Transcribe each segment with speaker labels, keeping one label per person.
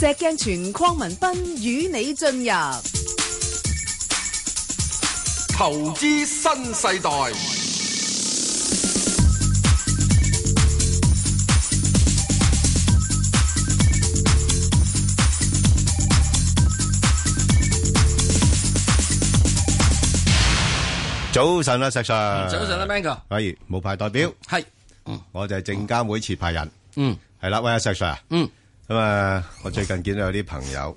Speaker 1: 石鏡泉鄺民彬與你進入
Speaker 2: 投資新世代。
Speaker 3: 早晨啊，石Sir。
Speaker 4: 早晨啊，Mango。
Speaker 3: 喂，冇派代表。嗯我就係證監會持牌人。係啦，喂，阿石Sir啊。咁啊，我最近見到有啲朋友，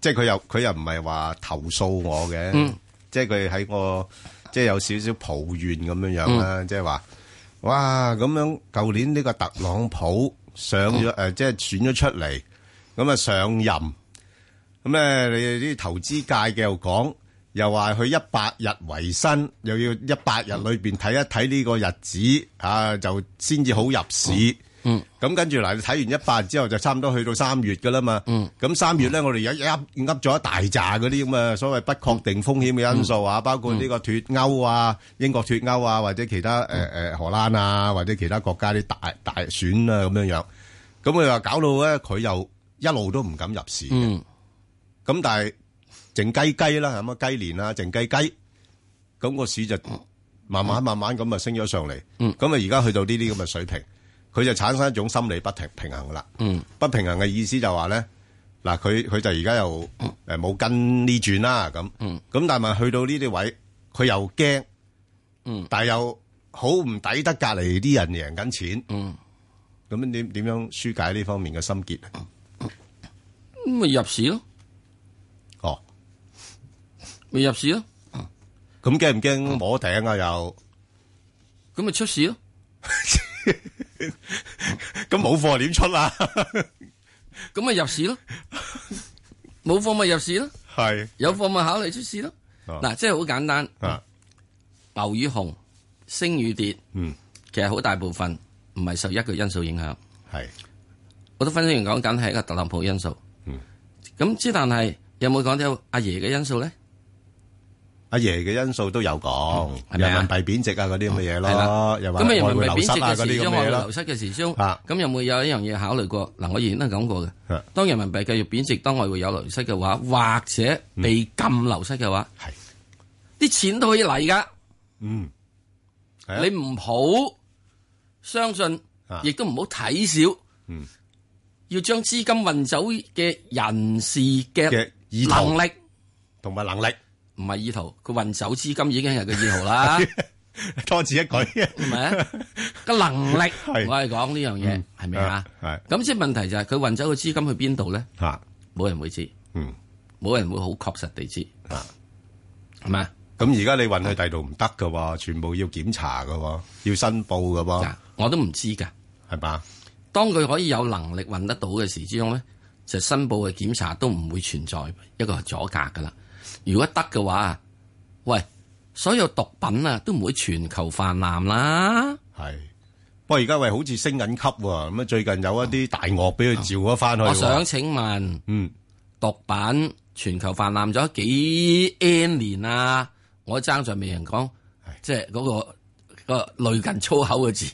Speaker 3: 即係佢又-佢又唔係話投訴我嘅，即係佢喺我-即係有少少抱怨咁樣樣啦，即係話，哇，咁樣舊年呢個特朗普上咗-誒，即係選咗出嚟，咁啊上任。咁咧，你哋啲投資界嘅又講，又話佢一百日維新，又要一百日裏邊睇一睇呢個日子啊，就先至好入市。嗯，咁跟住嗱，你睇完一百之後就差唔多去到三月噶啦嘛。嗯，咁三月咧，我哋有一噏咗一大扎嗰啲咁嘅所謂不確定風險嘅因素啊，包括呢個脱歐啊、英國脱歐啊，或者其他誒誒、呃荷蘭啊，或者其他國家啲大大選啊咁樣樣。咁佢話搞到咧，佢又一路都唔敢入市嘅。咁但係靜雞雞啦，咁啊雞年啦，靜雞雞，咁個市就慢慢慢慢咁啊升咗上嚟，咁啊而家去到呢啲咁嘅水平，佢就產生一種心理不平平衡啦。不平衡嘅意思就話咧，嗱佢佢就而家又誒冇跟呢轉啦，咁咁但係咪去到呢啲位，佢又驚，但係又好唔抵得隔離啲人贏緊錢，咁點點樣疏解呢方面嘅心結呢？
Speaker 4: 咁咪入市咯，咪入市咯。
Speaker 3: 哦。咁驚唔驚摸頂啊？又
Speaker 4: 咁咪出事咯，
Speaker 3: 咁冇貨點出 啊？
Speaker 4: 咁咪入市咯，冇貨咪入市咯，
Speaker 3: 係
Speaker 4: 有貨咪考慮出市咯。
Speaker 3: 哦
Speaker 4: 嗱，即係好簡單，
Speaker 3: 啊，
Speaker 4: 牛與熊，升與跌，
Speaker 3: 嗯，
Speaker 4: 其實好大部分唔係受一個因素影響。
Speaker 3: 係
Speaker 4: 我都分析員講緊係一個特朗普因素，咁之但係有冇講到阿爺嘅因素咧？
Speaker 3: 阿爺嘅因素都有講，
Speaker 4: 係咪
Speaker 3: 人
Speaker 4: 啊
Speaker 3: 民幣貶值啊嗰啲咁嘅嘢
Speaker 4: 係
Speaker 3: 咯
Speaker 4: 啦，，
Speaker 3: 又話
Speaker 4: 咁啊，人
Speaker 3: 外
Speaker 4: 民
Speaker 3: 匯
Speaker 4: 幣
Speaker 3: 流
Speaker 4: 貶值
Speaker 3: 失啊嗰
Speaker 4: 嘅
Speaker 3: 啲
Speaker 4: 時
Speaker 3: 咁
Speaker 4: 鐘，
Speaker 3: 嘅嘢
Speaker 4: 外匯
Speaker 3: 咯
Speaker 4: 流，失嘅時鐘，
Speaker 3: 啊
Speaker 4: 咁有冇有一樣嘢考慮過？嗱，我以前都講過嘅
Speaker 3: 啊，
Speaker 4: 當人民幣繼續貶值，當外匯有流失嘅話，或者被禁流失嘅話，
Speaker 3: 係
Speaker 4: 啲錢都可以嚟噶。
Speaker 3: 嗯，係啊
Speaker 4: 你唔好相信
Speaker 3: 啊，
Speaker 4: 亦都唔好睇少。
Speaker 3: 嗯，
Speaker 4: 要將資金運走嘅人士嘅
Speaker 3: 嘅意圖
Speaker 4: 能力，
Speaker 3: 同埋能力
Speaker 4: 唔係意圖，佢運走資金已經係個意圖啦。
Speaker 3: 多此一舉，
Speaker 4: 係咪啊？個能力，
Speaker 3: 係嗯
Speaker 4: 我係講呢樣嘢，係咪啊？
Speaker 3: 係
Speaker 4: 咁即係問題就係佢運走嘅資金去邊度咧？
Speaker 3: 嚇，
Speaker 4: 冇人會知，
Speaker 3: 嗯
Speaker 4: 冇人會好確實地知，
Speaker 3: 啊，
Speaker 4: 係咪啊？
Speaker 3: 咁而家你運去第度唔得噶喎，全部要檢查噶喎，要申報噶喎
Speaker 4: 嗱，，我都唔知㗎。
Speaker 3: 係嘛？
Speaker 4: 當佢可以有能力運得到嘅時之中咧，就申報嘅檢查都唔會存在一個阻隔㗎啦。如果得嘅話，喂，所有毒品啊都唔會全球泛濫啦。
Speaker 3: 係。不過而家喂，好似升緊級喎，咁啊最近有一啲大鱷俾佢召咗翻去喎，
Speaker 4: 啊我想請問。
Speaker 3: 嗯
Speaker 4: 毒品全球泛濫咗幾 N 年啊！我爭在未人講，即係嗰、個、嗰個類近粗口嘅字。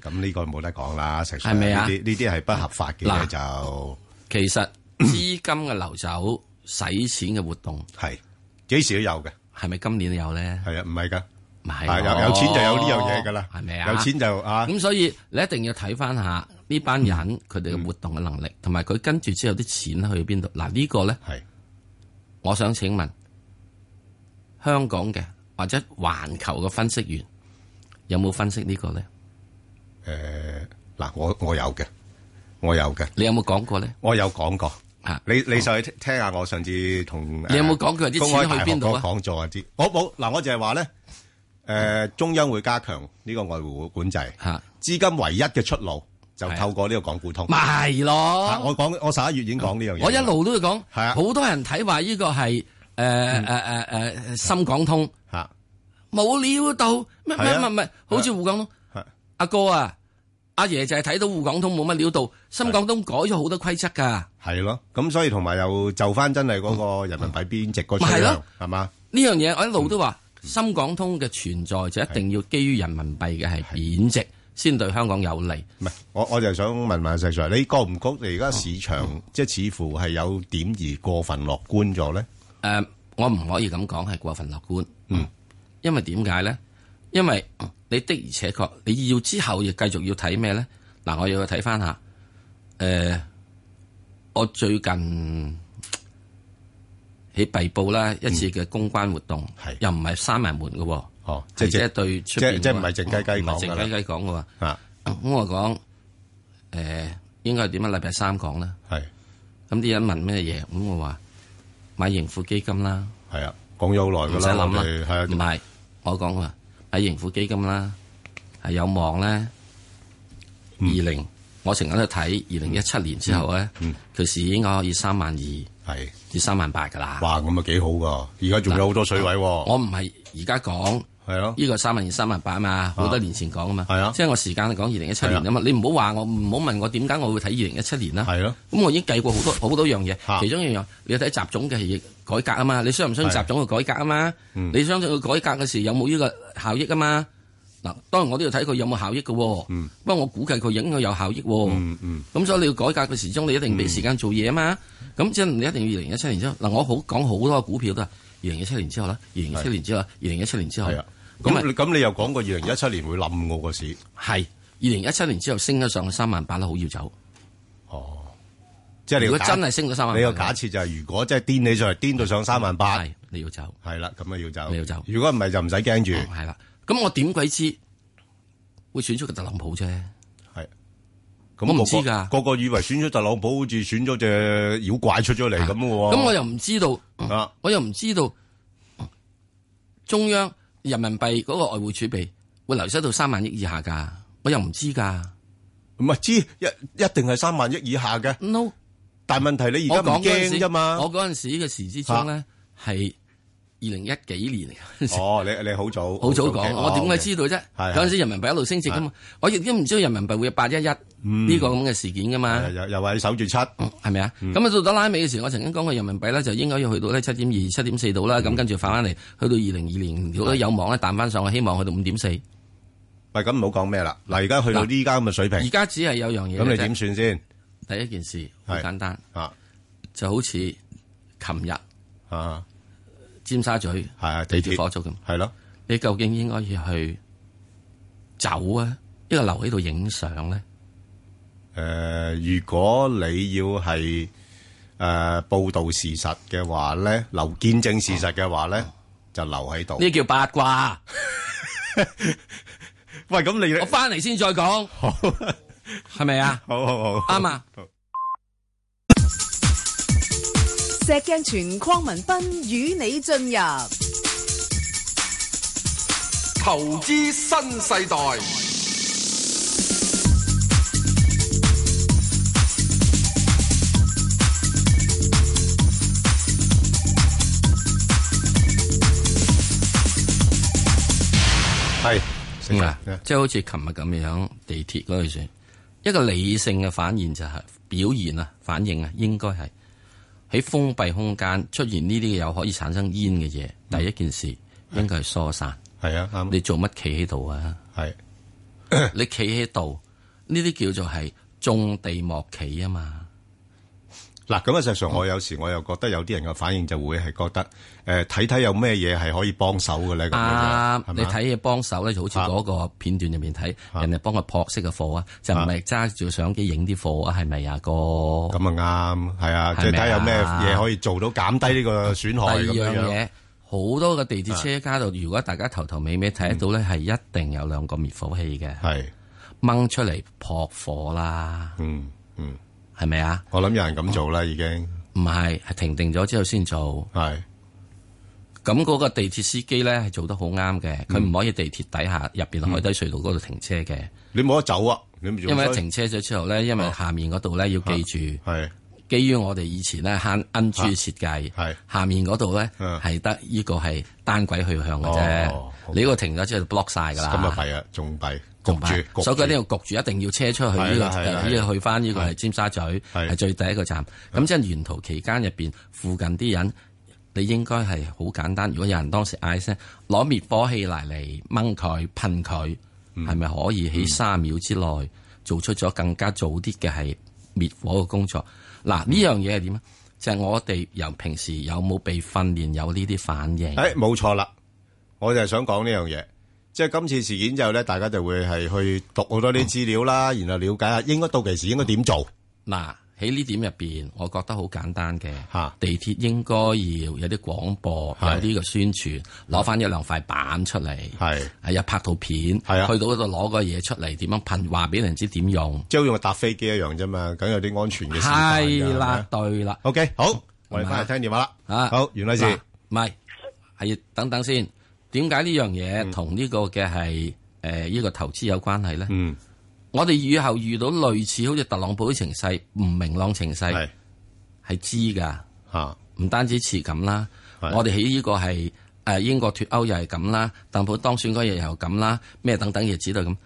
Speaker 3: 咁呢個冇得講啦，石 Sir，
Speaker 4: 係咪啊
Speaker 3: 呢啲呢啲係不合法嘅嘢
Speaker 4: 嗱
Speaker 3: 就
Speaker 4: 其實資金嘅流走、使錢嘅活動，
Speaker 3: 係幾時都有嘅，
Speaker 4: 係咪今年都有咧？
Speaker 3: 係啊，唔係噶，
Speaker 4: 唔係
Speaker 3: 係啊有
Speaker 4: 咯
Speaker 3: 有錢就有呢樣嘢噶啦，
Speaker 4: 係咪啊？
Speaker 3: 有錢就啊，
Speaker 4: 咁，所以你一定要睇翻下呢班人
Speaker 3: 嗯
Speaker 4: 佢哋嘅活動嘅能力，同埋佢跟住之後啲錢去邊度。嗱、呢個咧，
Speaker 3: 係
Speaker 4: 我想請問香港嘅或者環球嘅分析員有冇分析呢個咧？
Speaker 3: 誒嗱，我我有嘅，我有嘅，
Speaker 4: 你有冇講過咧？
Speaker 3: 我有講過，
Speaker 4: 啊，
Speaker 3: 你你上去聽聽下我上次同
Speaker 4: 你有冇講佢話啲錢去邊度啊
Speaker 3: 講座啊啲，我冇嗱，我就係話咧，誒中央會加強呢個外匯管制，
Speaker 4: 嚇，
Speaker 3: 資金唯一嘅出路就
Speaker 4: 係啊
Speaker 3: 透過呢個港股通。
Speaker 4: 咪係
Speaker 3: 啊
Speaker 4: 咯，
Speaker 3: 我講我十一月已經講呢樣嘢，
Speaker 4: 我一路都會講，
Speaker 3: 係啊嗯
Speaker 4: 好多人睇話呢個係誒誒誒誒深港通
Speaker 3: 嚇
Speaker 4: 冇料到，咩
Speaker 3: 係啊
Speaker 4: 咩咩咩，好似滬港通
Speaker 3: 係，
Speaker 4: 阿哥啊，阿爺就係睇到滬港通冇乜料到，深港通改咗好多規則㗎，
Speaker 3: 系咯，咁所以同埋又就翻真係嗰個人民幣貶值嗰
Speaker 4: 嗯咪
Speaker 3: 趨
Speaker 4: 係
Speaker 3: 向
Speaker 4: 咯
Speaker 3: 係嘛？
Speaker 4: 呢樣
Speaker 3: 嗯
Speaker 4: 嘢我一路都話，深港通嘅存在就一定要基於人民幣嘅係貶值，先對香港有利。
Speaker 3: 唔係，我我就想問問石 Sir，你覺唔覺你而家
Speaker 4: 哦
Speaker 3: 市場即係似乎係有點而過分樂觀咗咧？
Speaker 4: 誒、呃我唔可以咁講係過分樂觀。嗯，因為點解咧？因為嗯你的而且確，你要之後亦繼續要睇咩咧？嗱，我要去睇翻下。誒、呃我最近喺閉報啦一次嘅公關活動，
Speaker 3: 嗯係
Speaker 4: 又唔係閂埋門嘅喎。
Speaker 3: 哦，
Speaker 4: 即
Speaker 3: 即
Speaker 4: 係
Speaker 3: 係
Speaker 4: 對出
Speaker 3: 即
Speaker 4: 邊
Speaker 3: 即係
Speaker 4: 嗰
Speaker 3: 唔係靜雞雞
Speaker 4: 唔係
Speaker 3: 講㗎
Speaker 4: 靜雞
Speaker 3: 啦
Speaker 4: 雞講嘅喎。
Speaker 3: 啊，
Speaker 4: 咁我講誒、應該係點啊？禮拜三講啦。
Speaker 3: 係
Speaker 4: 咁啲人問咩嘢？咁我話買盈富基金啦。
Speaker 3: 係啊，講咗好耐
Speaker 4: 唔
Speaker 3: 㗎
Speaker 4: 使
Speaker 3: 啦，
Speaker 4: 諗
Speaker 3: 我哋係
Speaker 4: 啦，
Speaker 3: 啊
Speaker 4: 唔，係我講話喺盈富基金啦，係有望咧。
Speaker 3: 嗯
Speaker 4: 二零我成日都睇二零一七年之後咧，
Speaker 3: 嗯
Speaker 4: 佢市應該可以三萬二
Speaker 3: 係
Speaker 4: 至三萬八噶啦。
Speaker 3: 哇，咁啊幾好㗎，而家仲有好多水位喎，
Speaker 4: 我唔係而家講
Speaker 3: 係咯，
Speaker 4: 呢個三萬二、三萬八啊嘛，好多年前講啊嘛。
Speaker 3: 係啊
Speaker 4: 即係我時間係講二零一七年啊嘛。你唔好話我，唔好問我點解我會睇二零一七年啦。
Speaker 3: 係咯，
Speaker 4: 咁我已經計過 好多好多樣嘢，
Speaker 3: 嚇
Speaker 4: 其中一樣你要睇習總嘅改革啊嘛，你相唔相信習總嘅改革啊嘛？
Speaker 3: 嗯
Speaker 4: 你相信佢改革嘅時有冇呢個效益啊嘛？嗱，當然我都要睇佢有冇效益嘅喎，不過我估計佢應該有效益喎。
Speaker 3: 嗯嗯，
Speaker 4: 咁所以你要改革嘅時鐘，你一定俾時間做嘢啊嘛。咁即係你一定要二零一七年之後，嗱我好講好多股票都係二零一七年之後啦，二零一七年之後啦，二零一七年之後
Speaker 3: 係啊
Speaker 4: 啦，。哦咁
Speaker 3: 咁
Speaker 4: 咪
Speaker 3: 你咁你又講過二零一七年會冧我個市，
Speaker 4: 係二零一七年之後升咗上去三萬八啦，好要走。
Speaker 3: 哦即係你
Speaker 4: 如
Speaker 3: 個
Speaker 4: 果
Speaker 3: 假
Speaker 4: 真係升咗三萬，
Speaker 3: 你個假設就係如果即係癲你上嚟，癲到上三萬八，
Speaker 4: 係你要走。
Speaker 3: 係啦，咁啊要走，
Speaker 4: 你要啊走
Speaker 3: 如果唔係就唔使驚住，
Speaker 4: 系哦啦，咁我點鬼知會選出個特朗普啫？
Speaker 3: 係。咁
Speaker 4: 我唔
Speaker 3: 個個
Speaker 4: 知㗎
Speaker 3: 個個以為選咗特朗普，好似選咗隻妖怪出咗嚟咁嘅喎。
Speaker 4: 咁我又唔知道，
Speaker 3: 啊，
Speaker 4: 我又唔知道中央人民幣嗰個外匯儲備會流失到三萬億以下㗎，我又唔知㗎。
Speaker 3: 唔係啊知一一定係三萬億以下嘅，
Speaker 4: No，
Speaker 3: 但係問題你
Speaker 4: 我
Speaker 3: 而家唔
Speaker 4: 講嗰陣
Speaker 3: 驚
Speaker 4: 時，
Speaker 3: 啫嘛。
Speaker 4: 我嗰陣時嘅時之中咧係二零一幾年嚟嗰陣時。
Speaker 3: 哦，你你好早
Speaker 4: 好早
Speaker 3: 嘅哦
Speaker 4: 講，我點解？知道啫？
Speaker 3: 係係
Speaker 4: 嗰陣時人民幣一路升值噶嘛，我亦都唔知道人民幣會有八一一
Speaker 3: 嗯
Speaker 4: 呢個咁嘅事件噶嘛。
Speaker 3: 哦 OK 又又話你守住七，係
Speaker 4: 係咪啊？
Speaker 3: 嗯
Speaker 4: 咁啊到咗拉尾嘅時候，我曾經講過人民幣咧就應該要去到咧七點二、七點四度
Speaker 3: 嗯
Speaker 4: 啦，咁跟住反翻嚟，去到二零二年如果有望咧彈翻上去，希望去到五點四。
Speaker 3: 咁唔好講咩啦。嗱，而家去到呢家咁嘅水平，
Speaker 4: 而家只係有樣嘢
Speaker 3: 咁你
Speaker 4: 嘅
Speaker 3: 點
Speaker 4: 啫，
Speaker 3: 算先
Speaker 4: 第一件事好
Speaker 3: 係
Speaker 4: 簡單，
Speaker 3: 啊？
Speaker 4: 就好似琴日
Speaker 3: 啊，
Speaker 4: 尖沙咀
Speaker 3: 係啊地鐵
Speaker 4: 火燭咁，
Speaker 3: 係咯，
Speaker 4: 你究竟應該要去走啊，一個留喺度影相咧？
Speaker 3: 誒，如果你要係誒報導事實嘅話咧，留見證事實嘅話咧，就留喺度。
Speaker 4: 呢叫八卦。
Speaker 3: 喂，咁你
Speaker 4: 我翻嚟先再講，係咪啊？
Speaker 3: 好好好
Speaker 4: 啱啊！
Speaker 1: 石鏡泉匡文斌與你進入
Speaker 2: 投資新世代，
Speaker 3: 係食
Speaker 4: 嗱
Speaker 3: 啦，，
Speaker 4: 啊即係好似琴日咁樣地鐵嗰陣時，一個理性嘅反應就係、表現啊，反應啊，應該係喺封閉空間出現呢啲有可以產生煙嘅嘢，
Speaker 3: 嗯
Speaker 4: 第一件事應該係疏散。
Speaker 3: 係啊，啱
Speaker 4: 你做乜企喺度啊？
Speaker 3: 係嗯
Speaker 4: 你企喺度，呢啲叫做係種地莫企啊嘛。
Speaker 3: 嗱，咁啊，實際上我有時我又覺得有啲人嘅反應就會係覺得誒睇睇有咩嘢係可以幫手嘅咧咁樣樣，
Speaker 4: 啊
Speaker 3: 係啊
Speaker 4: 你
Speaker 3: 咪啊？
Speaker 4: 睇嘢幫手咧，就好似嗰個片段入面睇人哋幫佢撲熄個火啊，就唔係揸住相機影啲火啊，係咪啊哥？
Speaker 3: 咁啊啱，係啊，即係
Speaker 4: 係咪啊
Speaker 3: 睇有咩嘢可以做到減低呢個損害咁
Speaker 4: 第
Speaker 3: 樣
Speaker 4: 二
Speaker 3: 啊
Speaker 4: 樣
Speaker 3: 樣。
Speaker 4: 嘢，好多嘅地鐵車卡度，如果大家頭頭尾尾睇得到咧，
Speaker 3: 嗯
Speaker 4: 係一定有兩個滅火器嘅，
Speaker 3: 係，
Speaker 4: 掹出嚟撲火啦，
Speaker 3: 嗯嗯，
Speaker 4: 係咪啊？
Speaker 3: 我諗有人咁做啦，已經
Speaker 4: 唔係，係停定咗之後先做。
Speaker 3: 係
Speaker 4: 咁嗰個地鐵司機咧係做得好啱嘅，
Speaker 3: 嗯
Speaker 4: 佢唔可以地鐵底下入邊海底隧道嗰度停車嘅，
Speaker 3: 你冇得走啊，你咪
Speaker 4: 因為一停車咗之後咧，因為
Speaker 3: 哦
Speaker 4: 下面嗰度咧
Speaker 3: 啊
Speaker 4: 要記住。
Speaker 3: 係
Speaker 4: 基於我哋以前咧慳 N G 設計
Speaker 3: 係，
Speaker 4: 下面嗰度咧
Speaker 3: 嗯
Speaker 4: 係得呢個係單軌去向嘅啫
Speaker 3: 哦好。
Speaker 4: 你呢個停咗之後就 block 晒㗎啦。
Speaker 3: 咁啊弊啊，仲弊，焗
Speaker 4: 同埋
Speaker 3: 住，
Speaker 4: 所以佢
Speaker 3: 焗
Speaker 4: 呢
Speaker 3: 住
Speaker 4: 度焗住，一定要車出
Speaker 3: 係
Speaker 4: 去
Speaker 3: 啦
Speaker 4: 呢
Speaker 3: 係啦
Speaker 4: 個，呃呢個去翻呢個係尖沙咀，係最第一個站。咁即係沿途期間入邊，附近啲人，你應該係好簡單。如果有人當時嗌聲攞滅火器嚟嚟掹佢噴佢，
Speaker 3: 嗯
Speaker 4: 係咪可以喺三秒之內做出咗更加早啲嘅係滅火嘅工作？嗱，呢樣嘢係點啊？就係我哋由平時有冇被訓練有呢啲反應？
Speaker 3: 诶，冇錯啦，我就係想講呢樣嘢，即係今次事件之後咧，大家就會係去讀好多啲資料
Speaker 4: 嗯
Speaker 3: 啦，然後了解下應該到期時應該點做。
Speaker 4: 嗱喺呢點入邊，我覺得好簡單嘅
Speaker 3: 嚇。
Speaker 4: 地鐵應該要有啲廣播，有
Speaker 3: 係
Speaker 4: 啲嘅宣傳，攞翻一兩塊板出嚟，
Speaker 3: 係
Speaker 4: 係啊拍套片，
Speaker 3: 係啊
Speaker 4: 去到嗰度攞個嘢出嚟，點樣噴，話俾人知點用。
Speaker 3: 即係好似我搭飛機一樣啫嘛，梗有啲安全嘅事
Speaker 4: 係啦，對啦，
Speaker 3: O K，好，我哋翻去聽電話啦。
Speaker 4: 啊，
Speaker 3: 好，袁女士，
Speaker 4: 嗱唔係係等等先，點解呢樣嘢同呢個嘅係誒呢個投資有關係咧？
Speaker 3: 嗯，
Speaker 4: 我哋以後遇到類似好似特朗普啲情勢唔明朗情勢
Speaker 3: 係
Speaker 4: 係知㗎。
Speaker 3: 吓，
Speaker 4: 唔單止似咁啦，
Speaker 3: 係
Speaker 4: 我哋喺呢個係誒、呃英國脱歐又係咁啦，特朗普當選嗰日又咁啦，咩等等嘢指導咁。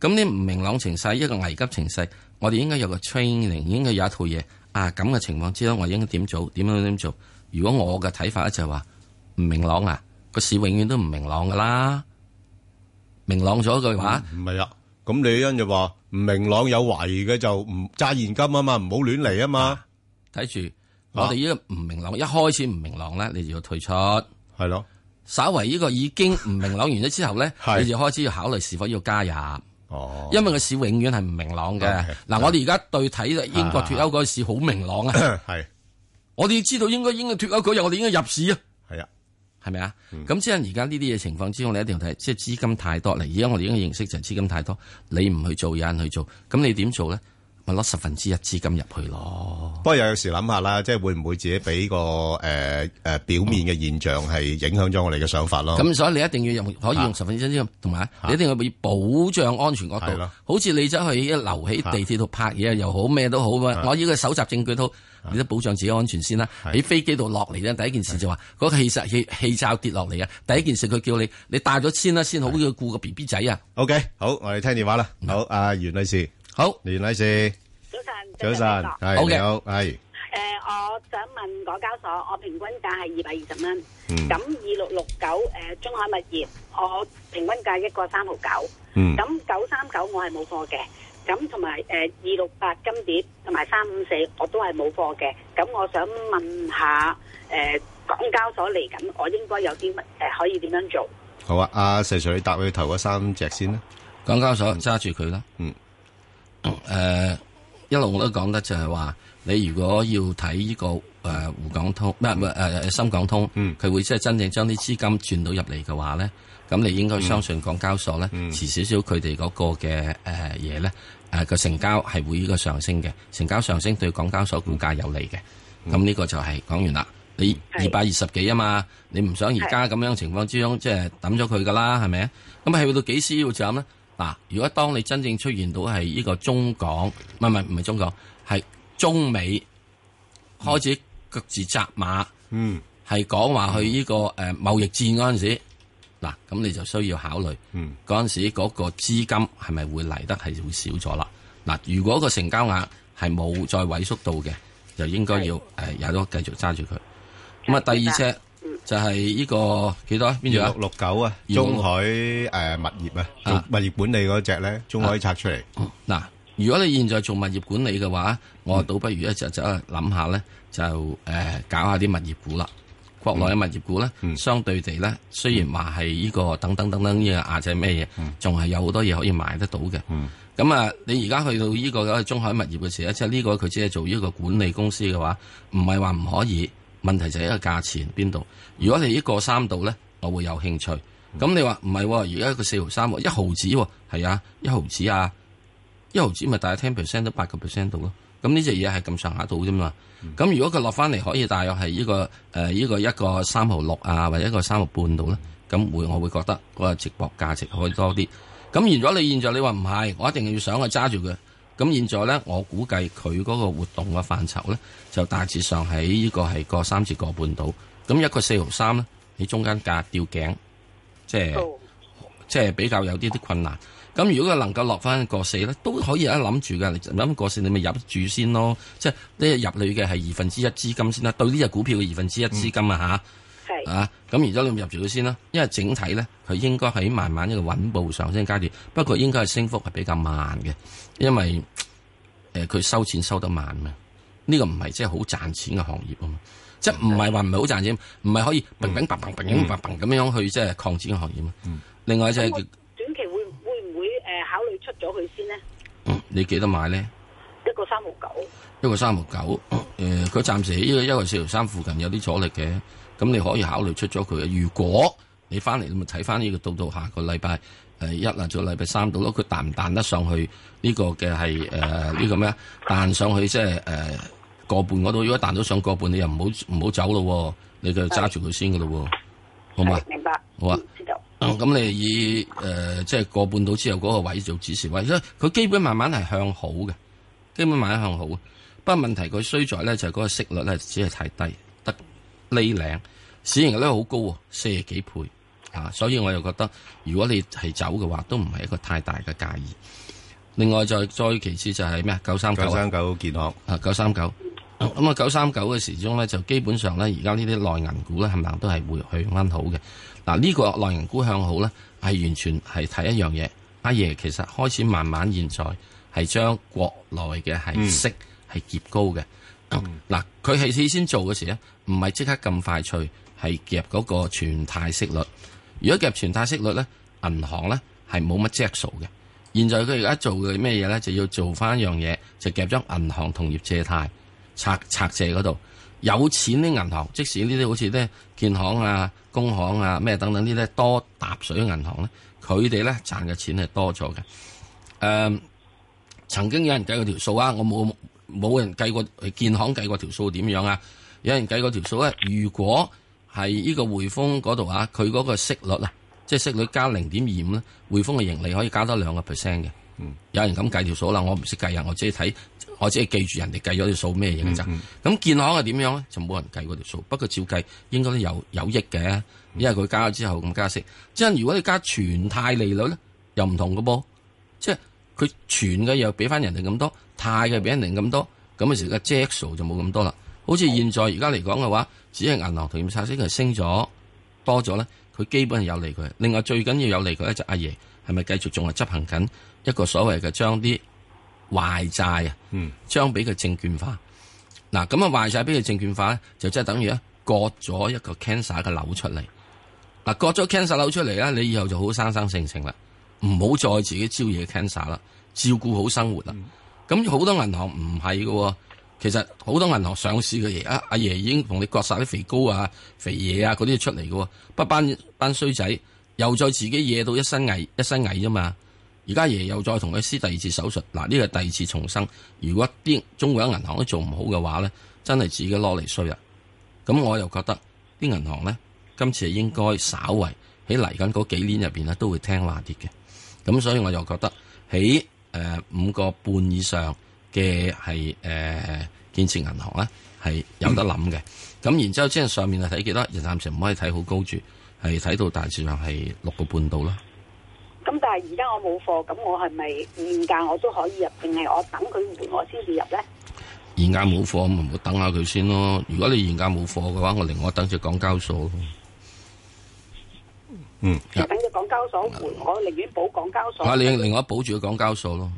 Speaker 4: 咁呢唔明朗情勢，一個危急情勢，我哋應該有個 training，應該有一套嘢啊。咁嘅情況之下，我應該點做？點樣點做？如果我嘅睇法咧就係話唔明朗啊，個市永遠都唔明朗噶啦。明朗咗嘅話，
Speaker 3: 唔係啊，咁李欣就話唔明朗有懷疑嘅就唔揸現金啊嘛，唔好亂嚟啊嘛，
Speaker 4: 睇住我哋呢個唔明朗，一開始唔明朗咧，你就要退出。
Speaker 3: 係咯，，
Speaker 4: 稍為呢個已經唔明朗完咗之後咧
Speaker 3: 係
Speaker 4: 你就開始要考慮是否要加入，
Speaker 3: 哦，
Speaker 4: 因為個市永遠係唔明朗嘅
Speaker 3: OK，。
Speaker 4: 嗱，我哋而家對睇英國脱歐嗰個市好明朗啊，
Speaker 3: 係
Speaker 4: 我哋知道應該應該脱歐嗰日，我哋應該入市啊，
Speaker 3: 係啊，
Speaker 4: 係咪啊？
Speaker 3: 嗯
Speaker 4: 咁即係而家呢啲嘢情況之中，你一定要睇，即係資金太多嚟。而家我哋應該認識就係資金太多，你唔去做，有人去做，咁你點做咧？咪攞十分之一資金入去咯。
Speaker 3: 不過又有時諗下啦，即係會唔會自己俾個誒誒表面嘅現象係影響咗我哋嘅想法咯？
Speaker 4: 咁所以你一定要用可以
Speaker 3: 哦啊
Speaker 4: 用十分之一先，同埋你一定要以保障安全角
Speaker 3: 係
Speaker 4: 度
Speaker 3: 咯。啊
Speaker 4: 好似你走去一留喺地鐵度拍嘢又好，咩都好啊！我呢個搜集證據都好，你都保障自己安全先啦。
Speaker 3: 啊係
Speaker 4: 喺飛機度落嚟咧，第一件事就話嗰個氣實氣氣罩跌落嚟啊！第一件事佢叫你你戴咗先啦，先好要顧個 B B 仔啊！
Speaker 3: OK，好，我哋聽電話啦。好，阿袁女士，
Speaker 4: 好，
Speaker 3: 袁女士，
Speaker 5: 早
Speaker 3: 早
Speaker 5: 晨，
Speaker 3: 晨，
Speaker 5: 誒、
Speaker 3: 係
Speaker 4: 好嘅
Speaker 3: 你好，係
Speaker 5: 我想問港交所，我平均價係二百二十蚊，
Speaker 3: 嗯
Speaker 5: 咁二六六九誒中海物業，我平均價一個三毫九，
Speaker 3: 嗯
Speaker 5: 咁九三九我係冇貨嘅，咁同埋誒二六八金碟同埋三五四我都係冇貨嘅，咁我想問下誒、港交所嚟緊，我應該有啲乜誒可以點樣做？
Speaker 3: 好啊。阿石 Sir，你答佢頭嗰三隻先啦。
Speaker 4: 港交所揸住佢啦。
Speaker 3: 嗯。
Speaker 4: 誒、一路我都講得就係話，你如果要睇呢、個誒、呃滬港通，唔係唔係誒深港通，佢、
Speaker 3: 嗯
Speaker 4: 會即係真正將啲資金轉到入嚟嘅話咧，咁你應該相信港交所咧，
Speaker 3: 嗯
Speaker 4: 遲少少佢哋嗰個嘅誒嘢咧，誒、個成交係會呢個上升嘅，成交上升對港交所股價有利嘅。咁呢、個就係講完啦。你二
Speaker 5: 係
Speaker 4: 百二十幾啊嘛，你唔想而家咁樣情況之中，即係抌咗佢噶啦，係咪啊？咁係去到幾時要斬咧？嗱，如果當你真正出現到係呢個中港，唔係唔係唔係中港，係中美開始各自扎馬，
Speaker 3: 嗯，
Speaker 4: 係講話去呢個誒貿易戰嗰陣時，嗱，咁你就需要考慮，
Speaker 3: 嗯，
Speaker 4: 嗰陣時嗰個資金係咪會嚟得係會少咗啦？嗱，如果個成交額係冇再萎縮到嘅，就應該要誒呃有得繼續揸住佢。咁啊，第二隻就係呢個幾多啊？邊度
Speaker 3: 二
Speaker 4: 啊
Speaker 3: 六？六九啊，
Speaker 4: 二六六
Speaker 3: 中海誒物業啊，做
Speaker 4: 啊
Speaker 3: 物業管理嗰只咧，中海拆出嚟。
Speaker 4: 嗯嗱，如果你現在做物業管理嘅話，
Speaker 3: 嗯
Speaker 4: 我倒不如一就走去諗下咧，就誒、呃搞下啲物業股啦。國內嘅物業股咧，
Speaker 3: 嗯
Speaker 4: 相對地咧，雖然話係呢個等等等等呢個亞仔咩嘢，仲係有好多嘢可以買得到嘅。
Speaker 3: 嗯
Speaker 4: 咁啊，你而家去到呢個中海物業嘅時候，即係呢個佢只係做呢個管理公司嘅話，唔係話唔可以。問題就係一個價錢邊度。如果你呢個三度咧，我會有興趣。咁你話唔係喎？而家個四毫三喎，一毫子喎，係啊，一毫子啊。一毫子咪大概 ten percent 到八個 percent 度咯。咁呢只嘢係咁上下度啫嘛。咁、如果佢落翻嚟可以大約係呢、個誒呢、個一個三毫六啊，或者一個三毫半度咧，咁會我會覺得嗰個直播價值可以多啲。咁如果你現在你話唔係，我一定要想去揸住佢。咁現在咧，我估計佢嗰個活動嘅範疇咧，就大致上喺呢個係個三至個半度。咁一個四毫三咧，喺中間價吊頸，即係。
Speaker 5: 哦
Speaker 4: 即係比較有啲啲困難。咁如果佢能夠落翻個四咧，都可以有得諗住嘅。你諗個四，你咪入住先咯。即係呢入你嘅係二分之一資金先啦，對呢只股票嘅二分之一資金啊
Speaker 5: 係
Speaker 4: 啊，咁然之後你入住佢先啦，因為整體咧佢應該喺慢慢一個穩步上升階段，不過應該係升幅係比較慢嘅，因為誒佢、收錢收得慢啊，呢、個唔係即係好賺錢嘅行業啊嘛，即係唔係話唔係好賺錢，唔係可以砰砰砰砰砰砰砰咁樣去即係擴展嘅行業啊。另外就係、
Speaker 5: 咁我短期會會唔會誒考慮出咗佢先呢？
Speaker 4: 嗯你幾多買咧？
Speaker 5: 一個三毫九，
Speaker 4: 一個三毫九，誒，佢暫時喺呢個一個四毫三附近有啲阻力嘅，咁你可以考慮出咗佢嘅。如果你翻嚟，你咪睇翻呢個到到下個禮拜誒一啊，做禮拜三到咯，佢彈唔彈得上去呢、個嘅係誒呢個咩啊彈上去即係誒個半嗰度，如果彈到上個半，你又唔好唔好走咯喎，你就揸住佢先噶咯喎，好嘛？
Speaker 5: 係明白？
Speaker 4: 好啊
Speaker 5: 嗯知道。
Speaker 4: 咁你以誒、呃即係過半島之後嗰個位做指示位，所以佢基本慢慢係向好嘅，基本慢慢向好嘅。不過問題佢衰在咧就係嗰個息率咧只係太低，得呢領市盈率咧好高喎，四十幾倍啊！所以我又覺得如果你係走嘅話，都唔係一個太大嘅介意。另外就係再其次就係咩啊九三九
Speaker 3: 九三九健康
Speaker 4: 啊九三九，咁啊九三九嘅時鐘咧就基本上咧而家呢啲內銀股咧冚唪唥都係會去翻好嘅。嗱、呢個內銀股向好咧係完全係睇一樣嘢，阿爺其實開始慢慢現在係將國內嘅係息係夾高嘅。嗱，佢係起先做嘅時咧，唔係即刻咁快脆，係夾嗰個全貸息率。如果夾全貸息率咧，銀行咧係冇乜隻數嘅。現在佢而家做嘅咩嘢咧，就要做翻一樣嘢，就夾咗銀行同業借貸拆拆借嗰度。有錢啲銀行，即使呢啲好似咧建行啊、工行啊咩等等呢啲多搭水嘅銀行咧，佢哋咧賺嘅錢係多咗嘅。誒、曾經有人計過條數啊，我冇冇人計過建行計過條數點樣啊？有人計過條數咧，如果係呢個匯豐嗰度啊，佢嗰個息率啊，即係息率加零點二五咧，匯豐嘅盈利可以加多兩個 percent 嘅。有人咁計條數啦，我唔識計啊，我只係睇，我只係記住人哋計咗條數咩嘢嘅咋。咁、建行係點樣咧？就冇人計嗰條數，不過照計應該都有有益嘅，因為佢加咗之後咁加息。即係如果你加全貸利率咧，又唔同嘅噃。即係佢存嘅又俾翻人哋咁多，貸嘅俾人哋咁多，咁嘅時嘅 j a 就冇咁多啦。好似現在而家嚟講嘅話，只係銀行同業拆息係升咗多咗咧，佢基本係有利佢。另外最緊要有利佢咧就阿爺係咪繼續仲係執行緊一個所謂嘅將啲壞債啊，將俾佢證券化。嗱咁啊壞債俾佢證券化咧，就即係等於咧割咗一個 cancer 嘅瘤出嚟。嗱，割咗 cancer 瘤出嚟咧，你以後就好生生性性啦，唔好再自己招惹 cancer 啦，照顧好生活啦。咁好、多銀行唔係嘅喎，其實好多銀行上市嘅嘢，啊阿阿爺已經同你割晒啲肥膏啊、肥嘢啊嗰啲出嚟嘅喎，不班班衰仔又再自己惹到一身蟻一身蟻啫嘛。而家爺又再同佢施第二次手術，嗱呢個第二次重生。如果啲中國銀行都做唔好嘅話咧，真係自己攞嚟衰啦。啊咁我又覺得啲銀行咧，今次係應該稍為喺嚟緊嗰幾年入邊咧，都會聽話啲嘅。咁所以我又覺得喺誒五個半以上嘅係誒建設銀行咧，係有得諗嘅。咁、然之後即係上面係睇幾多，人暫時唔可以睇好高住，係睇到大致上係六個半度啦。
Speaker 5: 咁但係而家我冇貨，咁我係咪現價我都可以入，定係我等佢回我先至入呢？
Speaker 4: 現價冇貨咁咪唔好等下佢先咯。如果你現價冇貨嘅話，我另外等隻港交所咯。
Speaker 3: 啊
Speaker 5: 就等佢港交所回，我寧願保港交所。
Speaker 4: 啊，你另外保住個港交所咯。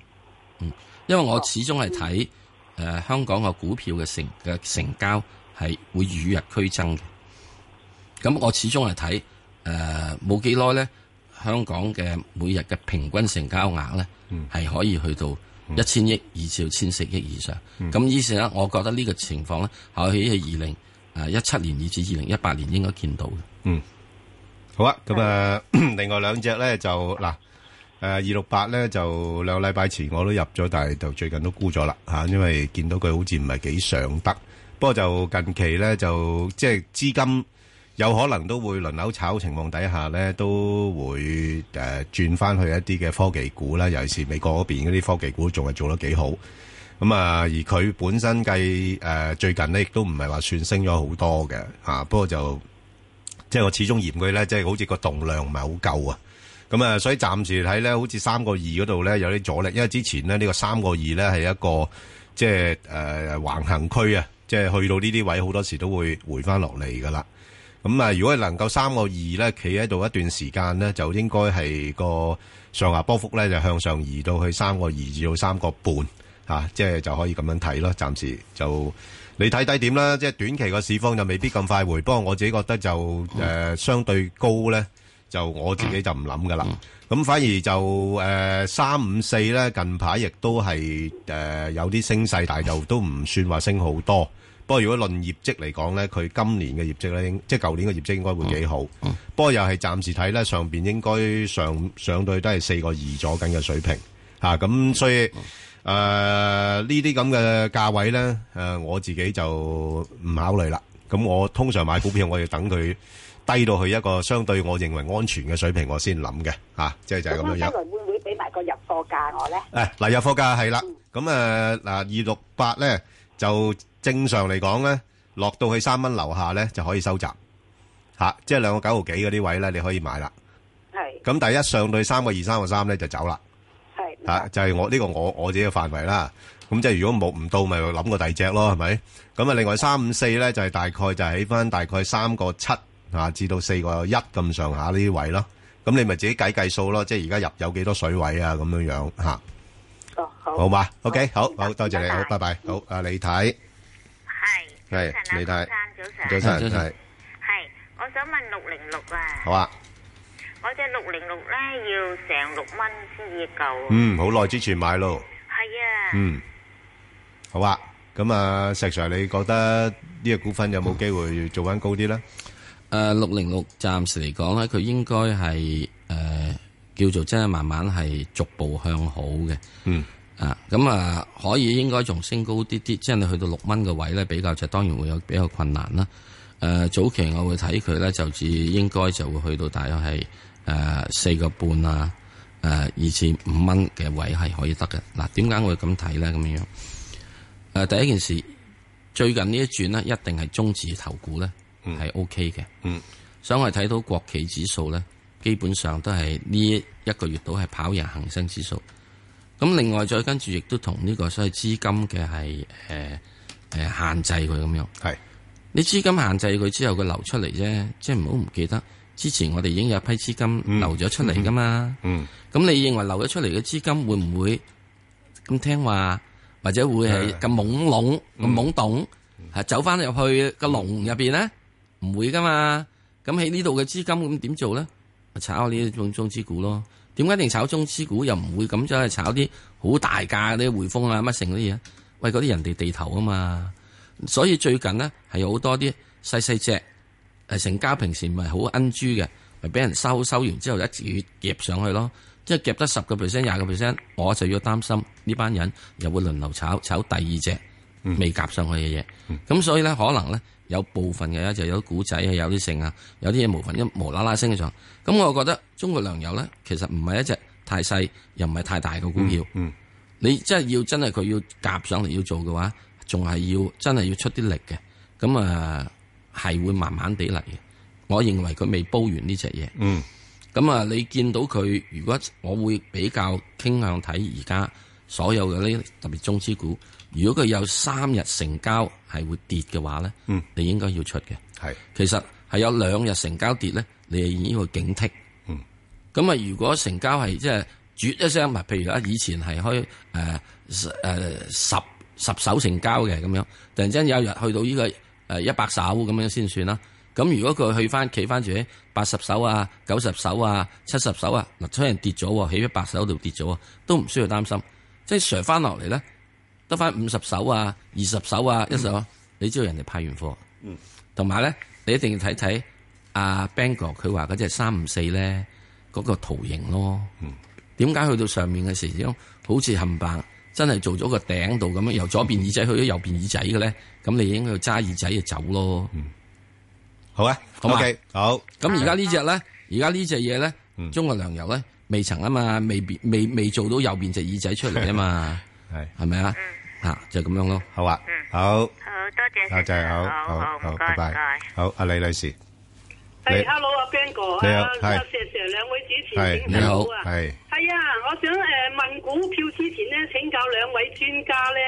Speaker 4: 嗯，因為我始終係睇诶香港嘅股票嘅成嘅成交係會與日俱增嘅。咁我始終係睇诶冇幾耐咧，香港嘅每日嘅平均成交額咧係可以去到一千億以至到千四億以上。咁於是咧，我覺得呢個情況咧，喺二零诶一七年以至二零一八年應該見到嘅。
Speaker 3: 好啊，咁啊， 另外兩隻咧就嗱，誒二六八咧就兩個禮拜前我都入咗，但係就最近都沽咗啦嚇，因為見到佢好似唔係幾上得。不過就近期咧就即係資金有可能都會輪流炒情況底下咧，都會誒、呃、轉翻去一啲嘅科技股啦，尤其是美國嗰邊嗰啲科技股仲係做得幾好。咁啊，而佢本身計誒、呃最近呢，亦都唔係話算升咗好多嘅嚇、啊不過就即係我始終嫌佢咧，即係好似個動量唔係好夠啊。咁啊，所以暫時睇咧，好似三個二嗰度咧有啲阻力，因為之前咧呢、個三個二咧係一個即係誒、呃、橫行區啊，即係去到呢啲位好多時都會回翻落嚟噶啦。咁啊，如果能夠三個二咧，企喺度一段時間咧，就應該係個上下波幅咧就向上移到去三個二至到三個半嚇，即係就可以咁樣睇咯。暫時就你睇低點啦，即係短期個市況就未必咁快回。不過我自己覺得就誒、呃相對高咧，就我自己就唔諗噶啦。咁反而就誒三五四咧，近排亦都係誒、呃有啲升勢，但係就都唔算話升好多。不過如果論業績嚟講咧，佢今年嘅業績咧，應即係舊年嘅業績應該會幾好。不過又係暫時睇咧，上邊應該上上到去都係四個二咗緊嘅水平嚇。咁、所以誒呃呢啲咁嘅價位咧，誒、我自己就唔考慮啦。咁我通常買股票，我要等佢低到去一個相對我認為安全嘅水平，我先諗嘅嚇。即係就係咁樣樣
Speaker 5: 將。來會唔會俾埋個入貨價我咧？
Speaker 3: 誒，嗱，入貨價係啦，咁誒嗱，二六八咧就正常嚟講咧，落到去三蚊樓下咧就可以收集吓、即係兩個九毫幾嗰啲位咧，你可以買啦。
Speaker 5: 係
Speaker 3: 咁第一上到去三個二、三個三咧就走啦
Speaker 5: 係
Speaker 3: 吓、就係我呢、個我我自己嘅範圍啦。咁即係如果冇唔到，咪諗個第二隻咯，係咪？咁啊，另外三五四咧就係、大概就係起翻大概三個七啊至到四個一咁上下呢啲位咯。咁你咪自己計計數咯，即係而家入有幾多水位啊咁樣樣吓。
Speaker 5: 哦好
Speaker 3: 好嘛？OK，好好，多謝你，
Speaker 6: 拜拜
Speaker 3: 好，拜拜，好，啊，李太，
Speaker 6: 係，早
Speaker 3: 係
Speaker 6: 晨啊，
Speaker 3: 李太
Speaker 6: 江生，早晨。
Speaker 3: 早晨，
Speaker 4: 早晨
Speaker 3: 係，
Speaker 6: 係，我想問606啊，
Speaker 3: 好啊，
Speaker 6: 我隻606呢，要成6蚊先至夠啊。
Speaker 3: 嗯，好耐之前買咯，
Speaker 6: 係啊，
Speaker 3: 嗯，好啊，咁啊，石 Sir，你覺得呢個股份有冇機會做翻高啲咧？
Speaker 4: 誒呃六零六暫時嚟講咧，佢應該係誒、呃叫做真係慢慢係逐步向好嘅。
Speaker 3: 嗯。
Speaker 4: 啊，咁啊，可以應該仲升高啲啲，即係你去到六蚊嘅位咧，比較就當然會有比較困難啦。誒、早期我會睇佢咧，就至應該就會去到大約係誒四個半啊，誒二至五蚊嘅位係可以得嘅。嗱、點解我會咁睇咧？咁樣樣誒、第一件事，最近呢一轉呢，一定係中字頭股咧係 O K 嘅。
Speaker 3: 嗯，
Speaker 4: 所以我哋睇到國企指數咧，基本上都係呢一個月度係跑贏恒生指數。咁另外再跟住亦都同呢個所謂資金嘅係誒誒限制佢咁樣。
Speaker 3: 係，
Speaker 4: 你資金限制佢之後，佢流出嚟啫，即係唔好唔記得之前我哋已經有一批資金流咗出嚟噶嘛。
Speaker 3: 嗯，
Speaker 4: 咁你認為流咗出嚟嘅資金會唔會咁聽話，或者會係咁懵籠、咁懵懂，係走翻入去個籠入邊咧？唔會噶嘛。咁喺呢度嘅資金咁點做咧？咪炒呢種中資股咯。點解一定炒中資股？又唔會咁走去炒啲好大價嗰啲匯豐啊乜剩嗰啲嘢？喂，嗰啲人哋地頭啊嘛。所以最近呢，係有好多啲細細只，誒成交平時唔係好恩珠嘅，咪俾人收收完之後一直夾上去咯，即係夾得十個 percent、廿個 percent，我就要擔心呢班人又會輪流炒炒第二隻未夾上去嘅嘢，咁、所以咧可能咧有部分嘅就有啲古仔啊，有啲性啊，有啲嘢無分一無啦啦升上，咁我覺得中國糧油咧其實唔係一隻太細又唔係太大嘅股票。
Speaker 3: 嗯，
Speaker 4: 你真係要真係佢要夾上嚟要做嘅話，仲係要真係要出啲力嘅。咁啊，係會慢慢地嚟嘅。我認為佢未煲完呢隻嘢。
Speaker 3: 嗯。
Speaker 4: 咁啊，你見到佢，如果我會比較傾向睇而家所有嘅呢，特別中資股，如果佢有三日成交係會跌嘅話咧，
Speaker 3: 嗯
Speaker 4: 你應該要出嘅。
Speaker 3: 係，
Speaker 4: 其實係有兩日成交跌咧，你係已經要警惕。
Speaker 3: 嗯，
Speaker 4: 咁啊，如果成交係即係絕一聲，咪譬如啊，以前係開誒誒十十手成交嘅咁樣，突然之間有一日去到呢、個誒呃一百手咁樣先算啦。咁如果佢去翻企翻住喺八十手啊、九十手啊、七十手啊，嗱雖然跌咗喎，喺一百手度跌咗啊，都唔需要擔心。即係上翻落嚟咧，得翻五十手啊、二十手啊、一手啊，你知道人哋派完貨。同埋咧，你一定要睇睇阿 Bang 哥佢話嗰只三五四咧嗰個圖形咯。點解去到上面嘅時鐘好似冚棒，真係做咗個頂度咁樣，由左邊耳仔去咗右邊耳仔嘅咧？咁你應該要揸耳仔就走咯。
Speaker 3: 好啊
Speaker 4: 好嘛
Speaker 3: ，OK，好，
Speaker 4: 咁而家呢只咧，而家呢只嘢咧，中國糧油咧未曾啊嘛，未變未未做到右邊隻耳仔出嚟啊嘛，
Speaker 3: 係，
Speaker 4: 係咪啊？嚇就係咁樣咯。
Speaker 3: 好啊，好，
Speaker 6: 好，多謝
Speaker 3: 阿謝，
Speaker 6: 先生，
Speaker 3: 啊好，
Speaker 6: 好，
Speaker 3: 好，
Speaker 6: 好，
Speaker 3: 好，
Speaker 6: 唔該，
Speaker 3: 拜
Speaker 6: 唔該。
Speaker 3: 拜，好，阿李女士，你
Speaker 7: 係，hello 啊 Ben 哥，
Speaker 3: 你好
Speaker 7: 啊
Speaker 3: 係
Speaker 7: 阿石 Sir 兩位主持
Speaker 3: 係
Speaker 7: 請
Speaker 4: 你好
Speaker 7: 啊，呃
Speaker 3: 係，
Speaker 7: 係啊，我想誒問股票之前咧，請教兩位專家咧，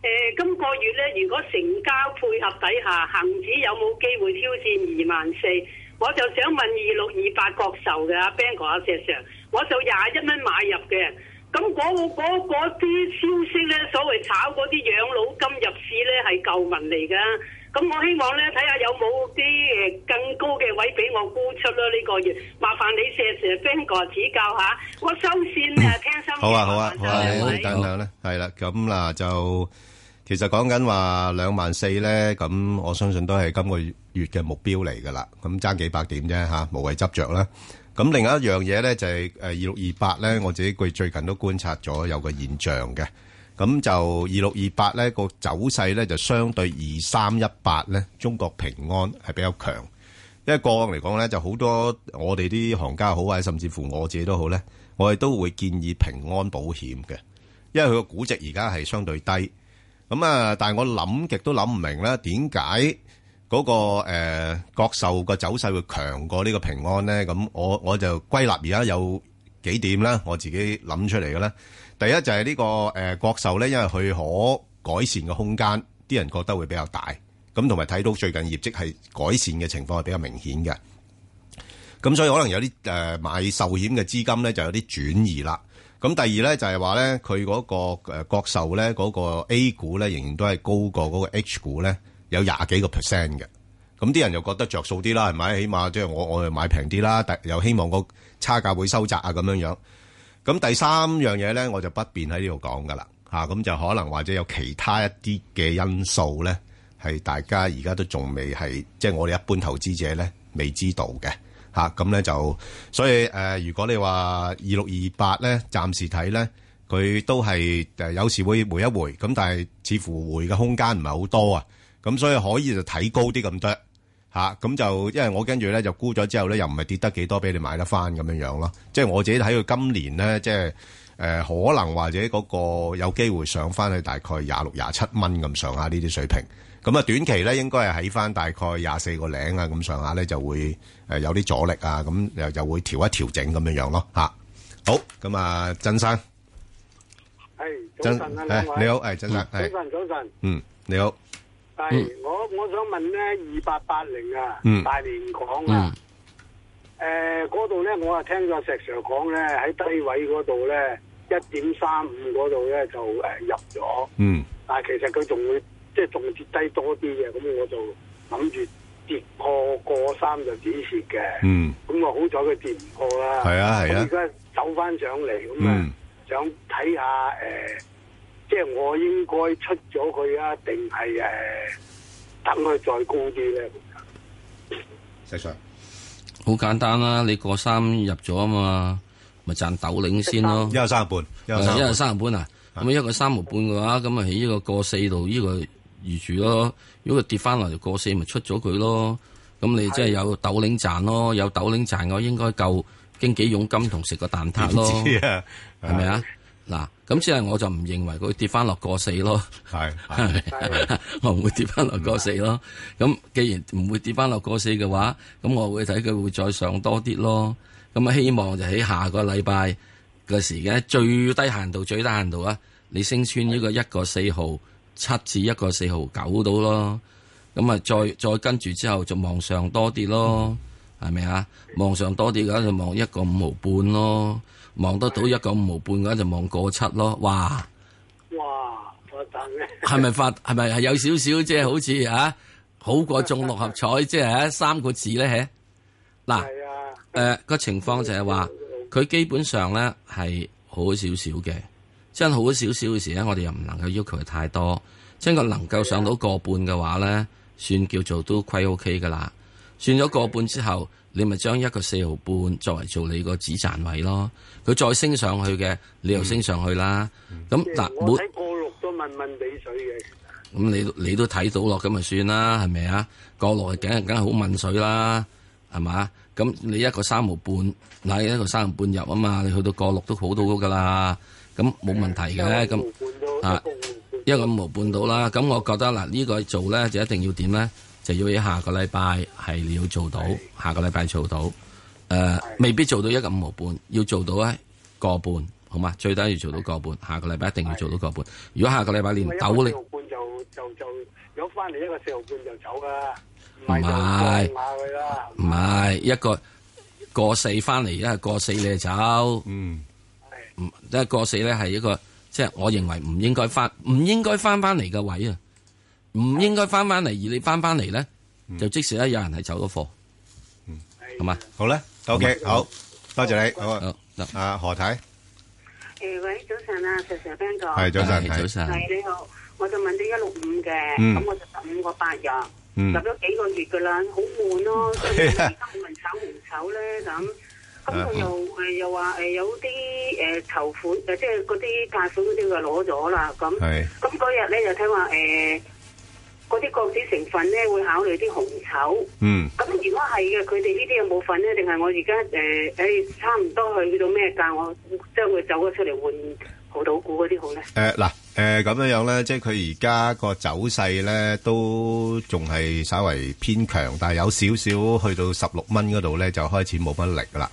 Speaker 7: 诶，今個月咧，如果成交配合底下，恒指有冇機會挑戰二萬四？我就想問二六二八國壽嘅阿 Ben 哥阿石 Sir，我就廿一蚊買入嘅。咁嗰嗰嗰啲消息咧，所謂炒嗰啲養老金入市咧係舊聞嚟㗎。咁我希望咧睇下有冇啲誒更高嘅位俾我沽出啦呢個月。麻煩你石 Sir Ben 哥指教下，我收線啊，聽心機
Speaker 3: 好啊，好啊，好
Speaker 7: 麻煩
Speaker 3: 啊，
Speaker 7: 晒兩
Speaker 3: 你
Speaker 7: 位
Speaker 3: 等等咧，係啦，咁嗱就其實講緊話兩萬四咧，咁我相信都係今個月嘅目標嚟噶啦，咁爭幾百點啫吓，無謂執着啦。咁另外一樣嘢咧就係誒二六二八咧，我自己佢最近都觀察咗有個現象嘅，咁就二六二八咧個走勢咧就相對二三一八咧，中國平安係比較強。因為個案嚟講咧，就好多我哋啲行家好，或者甚至乎我自己都好咧，我哋都會建議平安保險嘅，因為佢個估值而家係相對低。咁啊，但係我諗極都諗唔明啦，點解嗰個誒國壽個走勢會強過呢個平安咧？咁我我就歸納而家有幾點啦，我自己諗出嚟嘅啦。第一就係呢、個誒、呃、國壽咧，因為佢可改善嘅空間，啲人覺得會比較大。咁同埋睇到最近業績係改善嘅情況係比較明顯嘅。咁所以可能有啲誒、呃、買壽險嘅資金咧就有啲轉移啦。咁第二咧就係話咧，佢嗰、個、呃、國壽咧嗰、個 A 股咧仍然都係高過嗰個 H 股咧有廿幾個 percent 嘅。咁啲人又覺得着數啲啦，係咪？起碼即係我我又買平啲啦，但又希望個差價會收窄啊咁樣樣。咁第三樣嘢咧，我就不便喺呢度講噶啦，嚇、咁就可能或者有其他一啲嘅因素咧，係大家而家都仲未係，即係我哋一般投資者咧未知道嘅，嚇、咁咧就所以誒、呃如果你話二六二八咧，暫時睇咧，佢都係誒、呃有時會回一回，咁但係似乎回嘅空間唔係好多啊，咁所以可以就睇高啲咁多。吓，咁、就因為我跟住咧就沽咗之後咧，又唔係跌得幾多俾你買得翻咁樣樣咯。即係我自己睇佢今年咧，即係誒、呃可能或者嗰個有機會上翻去大概廿六、廿七蚊咁上下呢啲水平。咁啊，短期咧應該係喺翻大概廿四個零啊咁上下咧就會誒有啲阻力啊，咁又又會調一調整咁樣樣咯吓，好，咁啊，曾生，
Speaker 8: 係，
Speaker 3: 曾，
Speaker 8: 早晨啊，
Speaker 3: 誒
Speaker 8: 兩位。
Speaker 3: 你好，誒曾生，係，
Speaker 8: 早晨，早晨。
Speaker 3: 嗯，你好，
Speaker 8: 係，我-我想問呢，2880啊，
Speaker 3: 嗯。
Speaker 4: 嗯
Speaker 8: 大連港啊，誒，嗰度呢，我啊聽咗石Sir講呢，喺低位嗰度呢，1.35嗰度呢，就，誒，入咗。但係其實佢仲會-
Speaker 3: 嗯，
Speaker 8: 即係仲會跌低多啲嘅，咁我就諗住跌破過三就止蝕嘅。啊
Speaker 3: 嗯，
Speaker 8: 咁我好彩佢跌唔破啦。
Speaker 3: 係啊，係啊，
Speaker 8: 咁而家走返上嚟，咁啊，
Speaker 3: 嗯。
Speaker 8: 想睇下诶，即係我應該出咗佢啊，定係诶等佢再高啲咧？
Speaker 3: 石 Sir，
Speaker 4: 好簡單啦，你過三入咗啊嘛，咪賺豆領先咯
Speaker 3: 一。個三個半，一個三個
Speaker 4: 一
Speaker 3: 半
Speaker 4: 日。三毫半啊，咁一個三毫半嘅話，咁啊喺呢個過四度呢個預住咯。如果佢跌翻落嚟過四，咪出咗佢咯。咁你即係有豆領賺咯，有豆領賺我應該夠經紀佣金同食個蛋撻咯，
Speaker 3: 唔知
Speaker 4: 係
Speaker 3: 啊，
Speaker 4: 咪
Speaker 3: À,
Speaker 4: 啊？嗱，咁即係我就唔認為佢跌翻落過四咯。
Speaker 3: 係？係
Speaker 4: 係咪我唔會跌翻落過四咯。咁既然唔會跌翻落過四嘅話，咁我會睇佢會再上多啲咯。咁啊，希望就喺下個禮拜嘅時間，最低限度、最低限度啊，你升穿呢個一個四毫七至一個四毫九到咯。咁啊，再再跟住之後就望上多啲咯，係咪啊？望上多啲嘅話就望一個五毫半咯，望得到一個五毫半嘅話就望過七咯。哇！
Speaker 8: 哇！我等咧，
Speaker 4: 系咪發？ 係咪係有少少即係好似啊，好過中六合彩，即係啊三個字咧？係嗱，
Speaker 8: 係啊，
Speaker 4: 誒個情況就係話，佢基本上咧係好少少嘅，真係好少少嘅時咧，我哋又唔能夠要求佢太多，真係佢能夠上到個半嘅話咧，算叫做都虧 OK 噶啦。算咗個半之後，你咪將一個四毫半作為做你個止賺位咯。佢再升上去嘅，你又升上去啦。咁
Speaker 8: 嗯即係
Speaker 4: 嗱，
Speaker 8: 我
Speaker 4: 每
Speaker 8: 睇過六都問問地水嘅，
Speaker 4: 咁你你都睇到咯，咁咪算啦，係咪啊？國內梗係梗係好問水啦，係嘛？咁你一個三毫半，嗱一個三毫半入啊嘛，你去到國六都好到噶啦，咁冇問題嘅，咁
Speaker 8: 換到
Speaker 4: 啊一個五毫半到啦。咁我覺得嗱，呢個做咧就一定要點咧，就要喺下個禮拜係你要做到，下個禮拜做到。誒、呃未必做到一個五毫半，要做到咧個半，好嘛？最低要做到個半，下個禮拜一定要做到個半。如果下個禮拜連
Speaker 8: 因為
Speaker 4: 斗你
Speaker 8: 六半就就如果翻嚟一個四毫半就走噶，唔
Speaker 4: 唔
Speaker 8: 係就
Speaker 4: 係
Speaker 8: 放下佢啦。
Speaker 4: 唔係一個過四翻嚟，一係過四你就走。
Speaker 3: 嗯，
Speaker 4: 唔即係過四咧係一個，即係我認為唔應該翻，唔應該翻翻嚟嘅位啊，唔應該翻翻嚟，而你翻翻嚟咧，
Speaker 3: 嗯
Speaker 4: 就即使咧有人係走咗貨，好嘛？
Speaker 3: 好咧，OK，好，多謝你，好啊
Speaker 4: 好，得，
Speaker 3: 阿何太，
Speaker 5: 誒喂，早晨啊，石 Sir Ben 哥，
Speaker 3: 係早晨，
Speaker 4: 係早
Speaker 3: 係，
Speaker 4: 晨，
Speaker 5: 係你好，我就問咗一六五嘅，
Speaker 3: 嗯
Speaker 5: 咁我就十五個八入，
Speaker 3: 嗯
Speaker 5: 入咗幾個月噶啦，好悶 咯，所以我而家冇人炒唔炒咧咁。咁
Speaker 3: 啊
Speaker 5: 佢又
Speaker 3: 嗯
Speaker 5: 誒又話誒有啲誒籌款誒，即係嗰啲貸款嗰啲就攞咗啦。咁
Speaker 3: 係
Speaker 5: 咁嗰日咧就聽話誒嗰啲國指成分咧會考慮啲紅籌。
Speaker 3: 嗯，
Speaker 5: 咁如果係嘅，佢哋呢啲有冇份咧？定係我而家誒誒差唔多去到咩價，我即係會走咗出嚟換好到股嗰啲好咧？
Speaker 3: 誒嗱，誒咁樣樣咧，即係佢而家個走勢咧，都仲係稍為偏強，但係有少少去到十六蚊嗰度咧，就開始冇乜力㗎啦。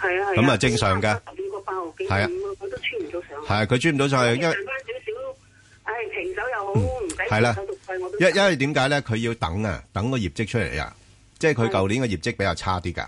Speaker 5: 係啊，
Speaker 3: 咁啊正常㗎
Speaker 5: 十五個八毫幾
Speaker 3: 係啊
Speaker 5: 五，我都穿唔到上去。
Speaker 3: 係啊佢穿唔到上去，因為
Speaker 5: 賺翻少少，唉，平手又好，唔使
Speaker 3: 係啦
Speaker 5: 手續費我都
Speaker 3: 因因為點解咧？佢要等啊，等個業績出嚟啊，即係佢舊年個業績比較差啲㗎。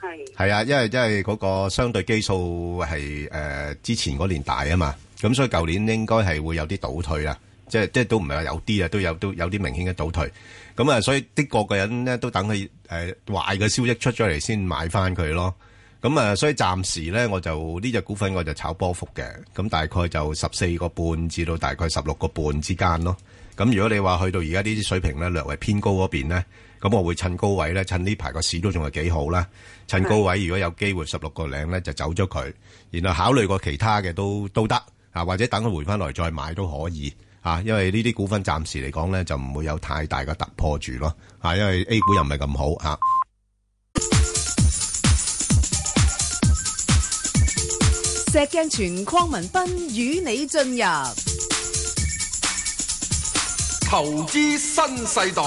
Speaker 5: 係
Speaker 3: 係啊，因為因為嗰個相對基數係誒之前嗰年大啊嘛，咁所以舊年應該係會有啲倒退啦，即係即係都唔係話有啲啊，都有都有啲明顯嘅倒退。咁啊，所以的個個人咧都等佢誒壞嘅消息出咗嚟先買翻佢咯。咁啊，所以暫時咧我就呢只股份我就炒波幅嘅，咁大概就十四個半至到大概十六個半之間咯。咁如果你話去到而家呢啲水平咧，略為偏高嗰邊咧，咁我會趁高位咧，趁呢排個市都仲係幾好啦，趁高位如果有機會十六個零咧就走咗佢，然後考慮過其他嘅都都得啊，或者等佢回翻來再買都可以啊，因為呢啲股份暫時嚟講咧就唔會有太大嘅突破住咯啊，因為 A 股又唔係咁好啊。
Speaker 1: 石鏡泉邝文斌與你進入
Speaker 2: 投資新世代，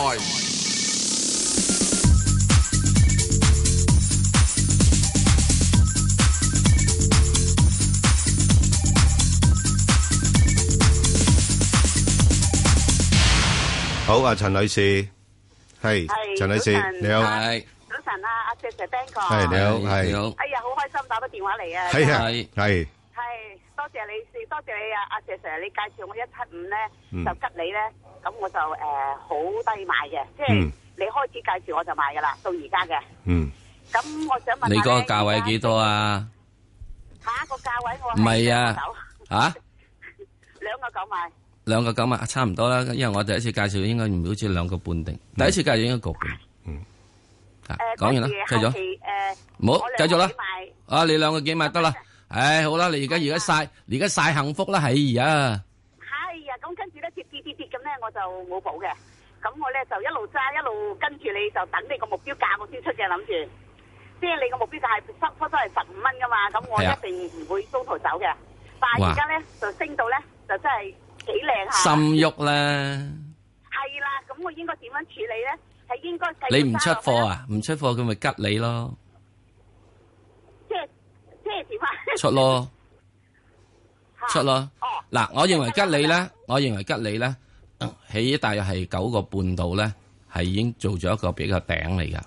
Speaker 3: 好啊，陳女士，係
Speaker 5: 係
Speaker 3: 陳女士
Speaker 5: 早晨，
Speaker 3: 你好，
Speaker 4: 係
Speaker 5: 早晨啊，阿石 Sir Ben 哥，
Speaker 3: 係你好，
Speaker 4: 係你
Speaker 3: 係，
Speaker 4: 好，
Speaker 5: 哎呀，好開心打個電話嚟啊！
Speaker 3: 係啊
Speaker 4: 係，
Speaker 3: 係，
Speaker 5: 係，多謝你先，多謝你啊，阿 Sir Sir，你介紹我一七五咧，
Speaker 3: 嗯
Speaker 5: 就吉你咧，咁我就誒好、低買嘅，即係
Speaker 3: 嗯
Speaker 5: 你開始介紹我就買噶啦，到而家嘅。
Speaker 3: 嗯，
Speaker 5: 咁我想問
Speaker 4: 你
Speaker 5: 下
Speaker 4: 嗰
Speaker 5: 咧
Speaker 4: 個價位幾？多啊？
Speaker 5: 而家下一個價位
Speaker 4: 唔
Speaker 5: 我
Speaker 4: 係啊
Speaker 5: 兩
Speaker 4: 啊，
Speaker 5: 個九兩個九買，
Speaker 4: 兩個九啊，差唔多啦，因為我第一次介紹應該唔好似兩個半定，第一次介紹應該個半。
Speaker 3: 嗯，
Speaker 4: 啊
Speaker 5: 誒，
Speaker 4: 講完啦，繼
Speaker 5: 跟住後
Speaker 4: 續
Speaker 5: 期。誒，
Speaker 4: 唔好
Speaker 5: 我兩個
Speaker 4: 繼續啦
Speaker 5: 幾。買
Speaker 4: 啊，你兩個幾咪得啦？唉，好啦，你而家而家晒，而家晒幸福啦，哎呀！
Speaker 5: 係啊，咁跟住咧跌跌跌跌咁咧，我就冇補嘅。咁我咧就一路揸，一路跟住你就等你個目標價我先出嘅諗住。即係你個目標價係收初初係十五蚊噶嘛，咁我
Speaker 4: 係啊
Speaker 5: 一定唔會中途走嘅。但係
Speaker 4: 哇
Speaker 5: 而家咧就升到咧就真係幾靚下。
Speaker 4: 心喐啦，
Speaker 5: 係啦，咁我應該點樣處理咧？係應該繼續
Speaker 4: 你唔出
Speaker 5: 揸落去
Speaker 4: 貨
Speaker 5: 呢？
Speaker 4: 啊？唔出貨佢咪吉你咯，
Speaker 5: 即係即係點啊？
Speaker 4: 出 咯出咯。
Speaker 5: 哦，
Speaker 4: 嗱，我認為吉你咧，我認為吉你咧，起大約係九個半度咧，係已經做咗一個比較頂嚟噶。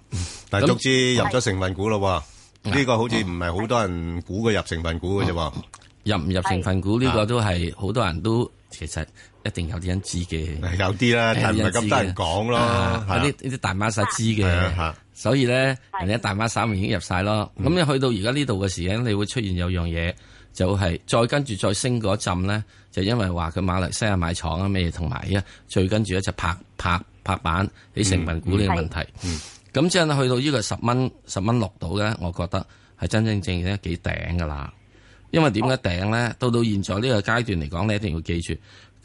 Speaker 3: 但係
Speaker 4: 咁
Speaker 3: 足之入咗成分股咯喎，呢個好似唔係好多人估佢入成分股嘅啫喎，
Speaker 4: 入唔入成分股呢個都係啊好多人都其實一定有啲人知嘅。
Speaker 3: 有啲啦，但係唔係咁多人講咯，
Speaker 4: 啊
Speaker 3: 係啊
Speaker 4: 嗰啲呢啲大孖沙知
Speaker 3: 係啊係
Speaker 4: 嘅
Speaker 3: 啊，
Speaker 4: 所以咧人哋大孖沙已經入晒咯。咁你去到而家呢度嘅時間，你會出現有樣嘢就係再跟住再升嗰陣咧，就因為話佢馬來西亞買廠啊咩，同埋啊最跟住咧就拍拍拍板喺成分股呢個問題。咁即係去到呢個十蚊十蚊六度咧，我覺得係真真正正咧幾頂噶啦。因為點解頂咧？到到現在呢個階段嚟講，你一定要記住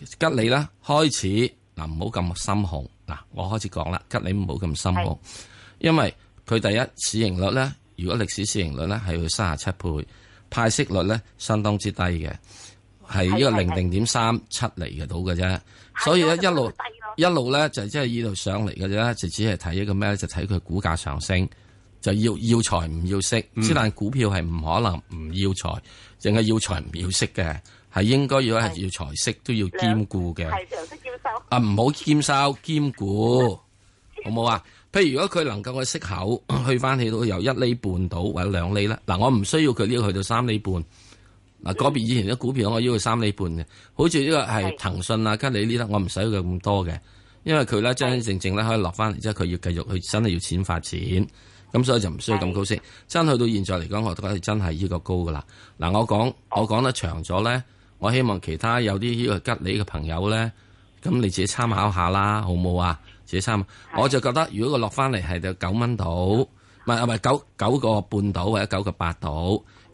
Speaker 4: 吉利啦，開始嗱唔好咁心紅嗱，我開始講啦，吉利唔好咁心紅，因為佢第一市盈率咧，如果歷史市盈率咧係去三十七倍，派息率咧相當之低嘅，係呢個
Speaker 5: 係
Speaker 4: 零
Speaker 5: 係
Speaker 4: 零點三七厘嘅到嘅啫，所以咧一路
Speaker 5: 低。咯
Speaker 4: 一路咧就即係呢度上嚟嘅啫，就只係睇一個咩咧，就睇佢股價上升，就要要財唔要息。之但股票係唔可能唔要財，淨係要財唔要息嘅。係應該要係要財息都要兼顧嘅。
Speaker 5: 係常識要收。
Speaker 4: 啊，唔好兼收兼顧，好冇啊？譬如如果佢能夠嘅息口 去翻起到由一厘半到或者兩厘啦，嗱，我唔需要佢呢個去到三厘半。嗱，嗰邊以前啲股票我要佢三厘半嘅，好似呢個係
Speaker 5: 係
Speaker 4: 騰訊啊、吉利呢啲，我唔使佢咁多嘅，因為佢咧真真正正咧可以落翻嚟，即係佢要繼續去真係要錢發展，咁所以就唔需要咁高息。真去到現在嚟講，我覺得真係呢個高噶啦。嗱，我講我講得長咗咧，我希望其他有啲呢個吉利嘅朋友咧。咁你自己參考下啦，好冇啊？自己參考，我就覺得如果佢落翻嚟係到九蚊到，唔係唔係九九個半到或者九個八到，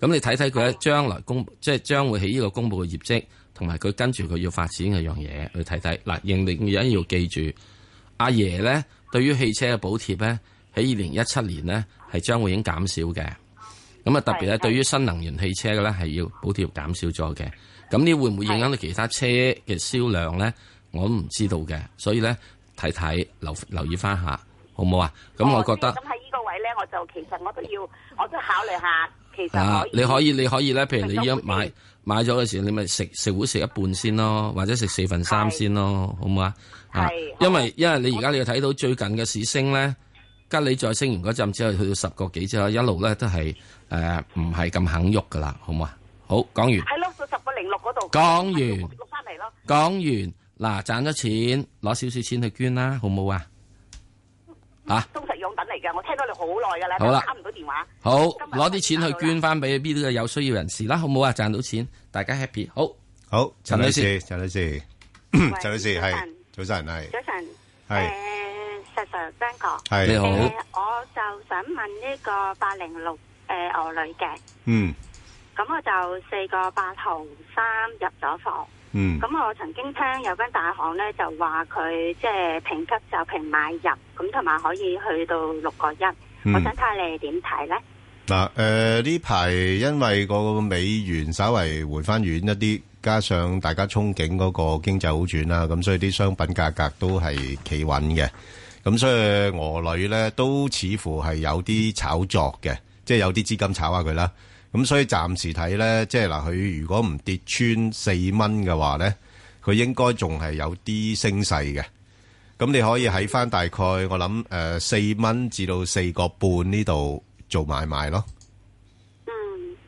Speaker 4: 咁你睇睇佢喺將來公即係將會喺呢個公佈嘅業績，同埋佢跟住佢要發展嘅樣嘢去睇睇。嗱，認定人要記住，阿爺咧對於汽車嘅補貼咧，喺二零一七年咧係將會已經減少嘅。咁啊，特別咧
Speaker 5: 係
Speaker 4: 對於新能源汽車嘅咧係要補貼減少咗嘅。咁呢會唔會影響到其他車嘅銷量咧？我都唔知道嘅，所以咧睇睇留留意翻下，好唔好啊？咁我覺得
Speaker 5: 哦咁喺呢個位咧，我就其實我都要，我都考慮下，其
Speaker 4: 啊
Speaker 5: 實，
Speaker 4: 你可以你可以咧，譬如你
Speaker 5: 咪
Speaker 4: 而
Speaker 5: 咁
Speaker 4: 家
Speaker 5: 會
Speaker 4: 買買咗嘅時候，你咪食食糊食一半先咯，或者食四分三
Speaker 5: 係
Speaker 4: 先咯，好唔好啊？啊
Speaker 5: 係，
Speaker 4: 因為因為你而家你要睇到最近嘅市升咧，吉利再升完嗰陣之後，去到十個幾之後，一路咧都係誒唔係咁肯喐噶啦，好唔好啊？好，講完。
Speaker 5: 係咯，到十個零六嗰度。
Speaker 4: 講完
Speaker 5: 錄翻嚟咯。
Speaker 4: 講完嗱，賺咗錢攞少少錢去捐啦，好唔好啊？嚇，
Speaker 5: 忠實嗯用品嚟嘅，我聽到你好耐㗎啦，
Speaker 4: 好啦
Speaker 5: 打唔到電話。
Speaker 4: 好
Speaker 5: 今日
Speaker 4: 攞啲錢去捐翻俾邊啲嘅有需要人士啦，好唔好啊？賺到錢，大家 happy 好。
Speaker 3: 好，陳
Speaker 4: 陳
Speaker 3: 女
Speaker 4: 女
Speaker 3: 士，陳女士，陳女士係，早
Speaker 5: 早晨
Speaker 3: 晨係，
Speaker 6: 早晨，
Speaker 3: 係
Speaker 6: 诶，石 Sir Ben 哥，
Speaker 3: 係
Speaker 4: 你好
Speaker 6: 誒我就想問呢個八零六诶俄女嘅，
Speaker 3: 嗯
Speaker 6: 咁我就四個八毫三入咗房，
Speaker 3: 嗯
Speaker 6: 咁我曾經聽有間大行咧就話佢即係評級就平買入，咁同埋可以去到六個一，我
Speaker 3: 嗯
Speaker 6: 想睇下你哋點睇咧？
Speaker 3: 嗱，誒呢排因為個美元稍為回翻軟一啲，加上大家憧憬嗰個經濟好轉啦，咁所以啲商品價格都係企穩嘅。咁所以俄女咧都似乎係有啲炒作嘅，即係有啲資金炒下佢啦。咁所以暫時睇咧，即係嗱，佢如果唔跌穿四蚊嘅話咧，佢應該仲係有啲升勢嘅。咁你可以喺翻大概我諗誒四蚊至到四個半呢度做買賣咯，
Speaker 6: 嗯，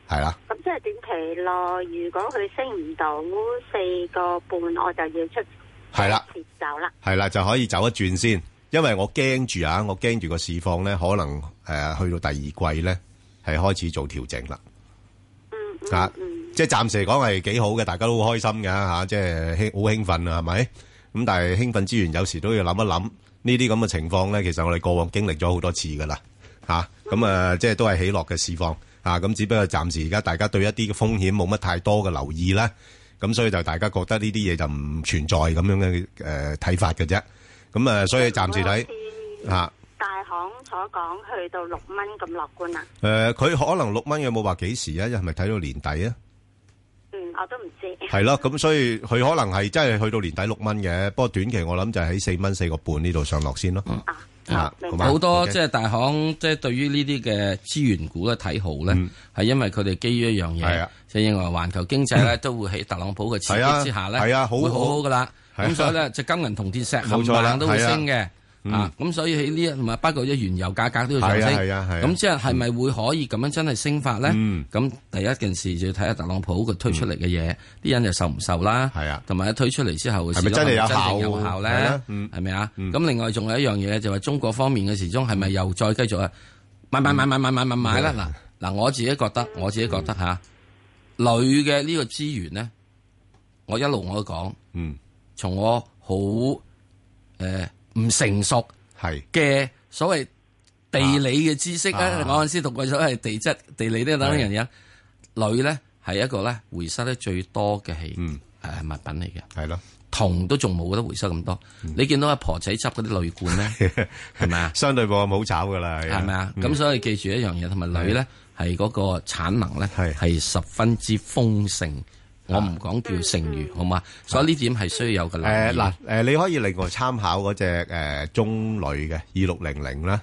Speaker 3: 係啦，
Speaker 6: 咁即係短期內，如果佢升唔到四個半，我就要出
Speaker 3: 係啦，
Speaker 6: 撤走啦。
Speaker 3: 係啦，就可以走一轉先，因為我驚住啊，我驚住個市況咧，可能誒、呃去到第二季咧係開始做調整啦。
Speaker 6: 嗯
Speaker 3: 啊
Speaker 6: 嗯嗯，
Speaker 3: 即係暫時嚟講係幾好嘅，大家都好開心嘅嚇、啊即係興好興奮啊，係咪？咁但係興奮之餘，有時都要諗一諗呢啲咁嘅情況咧。其實我哋過往經歷咗好多次噶啦嚇，咁啊即係都係起落嘅市況啊。咁只不過暫時而家大家對一啲嘅風險冇乜太多嘅留意啦，咁所以就大家覺得呢啲嘢就唔存在咁樣嘅誒睇法嘅啫。咁啊，所以暫時睇嚇。啊
Speaker 6: 大行所講去到六蚊咁樂觀啊？
Speaker 3: 誒，佢、可能六蚊有冇話幾時啊？係咪睇到年底啊？
Speaker 6: 嗯，我都唔知。
Speaker 3: 係咯，咁所以佢可能係真係去到年底六蚊嘅，不過短期我諗就喺四蚊四個半呢度上落先咯。
Speaker 4: 嗯
Speaker 6: 啊，
Speaker 3: 啊
Speaker 6: 明
Speaker 3: 好嘛
Speaker 6: 白。
Speaker 4: 好多
Speaker 3: OK
Speaker 4: 即係大行，即係對於呢啲嘅資源股嘅睇好咧，係因為佢哋基於一樣
Speaker 3: 嗯係
Speaker 4: 嘢
Speaker 3: 啊，
Speaker 4: 就認為環球經濟咧都會喺特朗普嘅刺
Speaker 3: 係啊
Speaker 4: 激之下咧，
Speaker 3: 係啊好
Speaker 4: 會好好噶啦。
Speaker 3: 係啊
Speaker 4: 咁所以咧，就金銀銅鐵石
Speaker 3: 冇錯啦
Speaker 4: 冚唪唥都會升嘅。啊，咁所以喺呢一同埋包括咗原油價格都要上升，
Speaker 3: 係啊係啊係啊
Speaker 4: 咁即係係咪會可以咁樣真係升法咧？
Speaker 3: 嗯
Speaker 4: 咁第一件事就要睇下特朗普佢推出嚟嘅嘢，啲人又受唔受啦？
Speaker 3: 係啊
Speaker 4: 同埋推出嚟之後嘅
Speaker 3: 係咪
Speaker 4: 市
Speaker 3: 真係有
Speaker 4: 係咪正
Speaker 3: 效
Speaker 4: 有效
Speaker 3: 係
Speaker 4: 咧
Speaker 3: 啊？嗯
Speaker 4: 係咪啊？
Speaker 3: 嗯
Speaker 4: 咁另外仲有一樣嘢就係中國方面嘅時鐘係咪又再繼續啊買
Speaker 3: 嗯
Speaker 4: 買買買買買買買啦？嗱嗱，我自己覺得我自己覺得吓，女嘅呢個資源咧，我一路我都講，
Speaker 3: 嗯，
Speaker 4: 從我好誒唔成熟
Speaker 3: 係
Speaker 4: 嘅所謂地理嘅知識咧，
Speaker 3: 啊
Speaker 4: 我嗰陣時讀過所謂地質、地理呢等樣嘢，女咧係一個咧回收得最多嘅係誒
Speaker 3: 嗯
Speaker 4: 物品嚟嘅。
Speaker 3: 係咯，
Speaker 4: 銅都仲冇得回收咁多。
Speaker 3: 嗯
Speaker 4: 你見到阿婆仔執嗰啲鋁 罐咧，係咪啊？
Speaker 3: 相對冇咁好炒噶啦，係啊
Speaker 4: 係咪啊？咁所以記住一樣嘢，同埋鋁咧係嗰個產能咧
Speaker 3: 係
Speaker 4: 係十分之豐盛。我唔講叫剩餘，好嘛？所以呢點係需要有嘅留
Speaker 3: 嗯誒
Speaker 4: 意。
Speaker 3: 嗱誒，你可以另外參考嗰只誒中鋁嘅二六零零啦，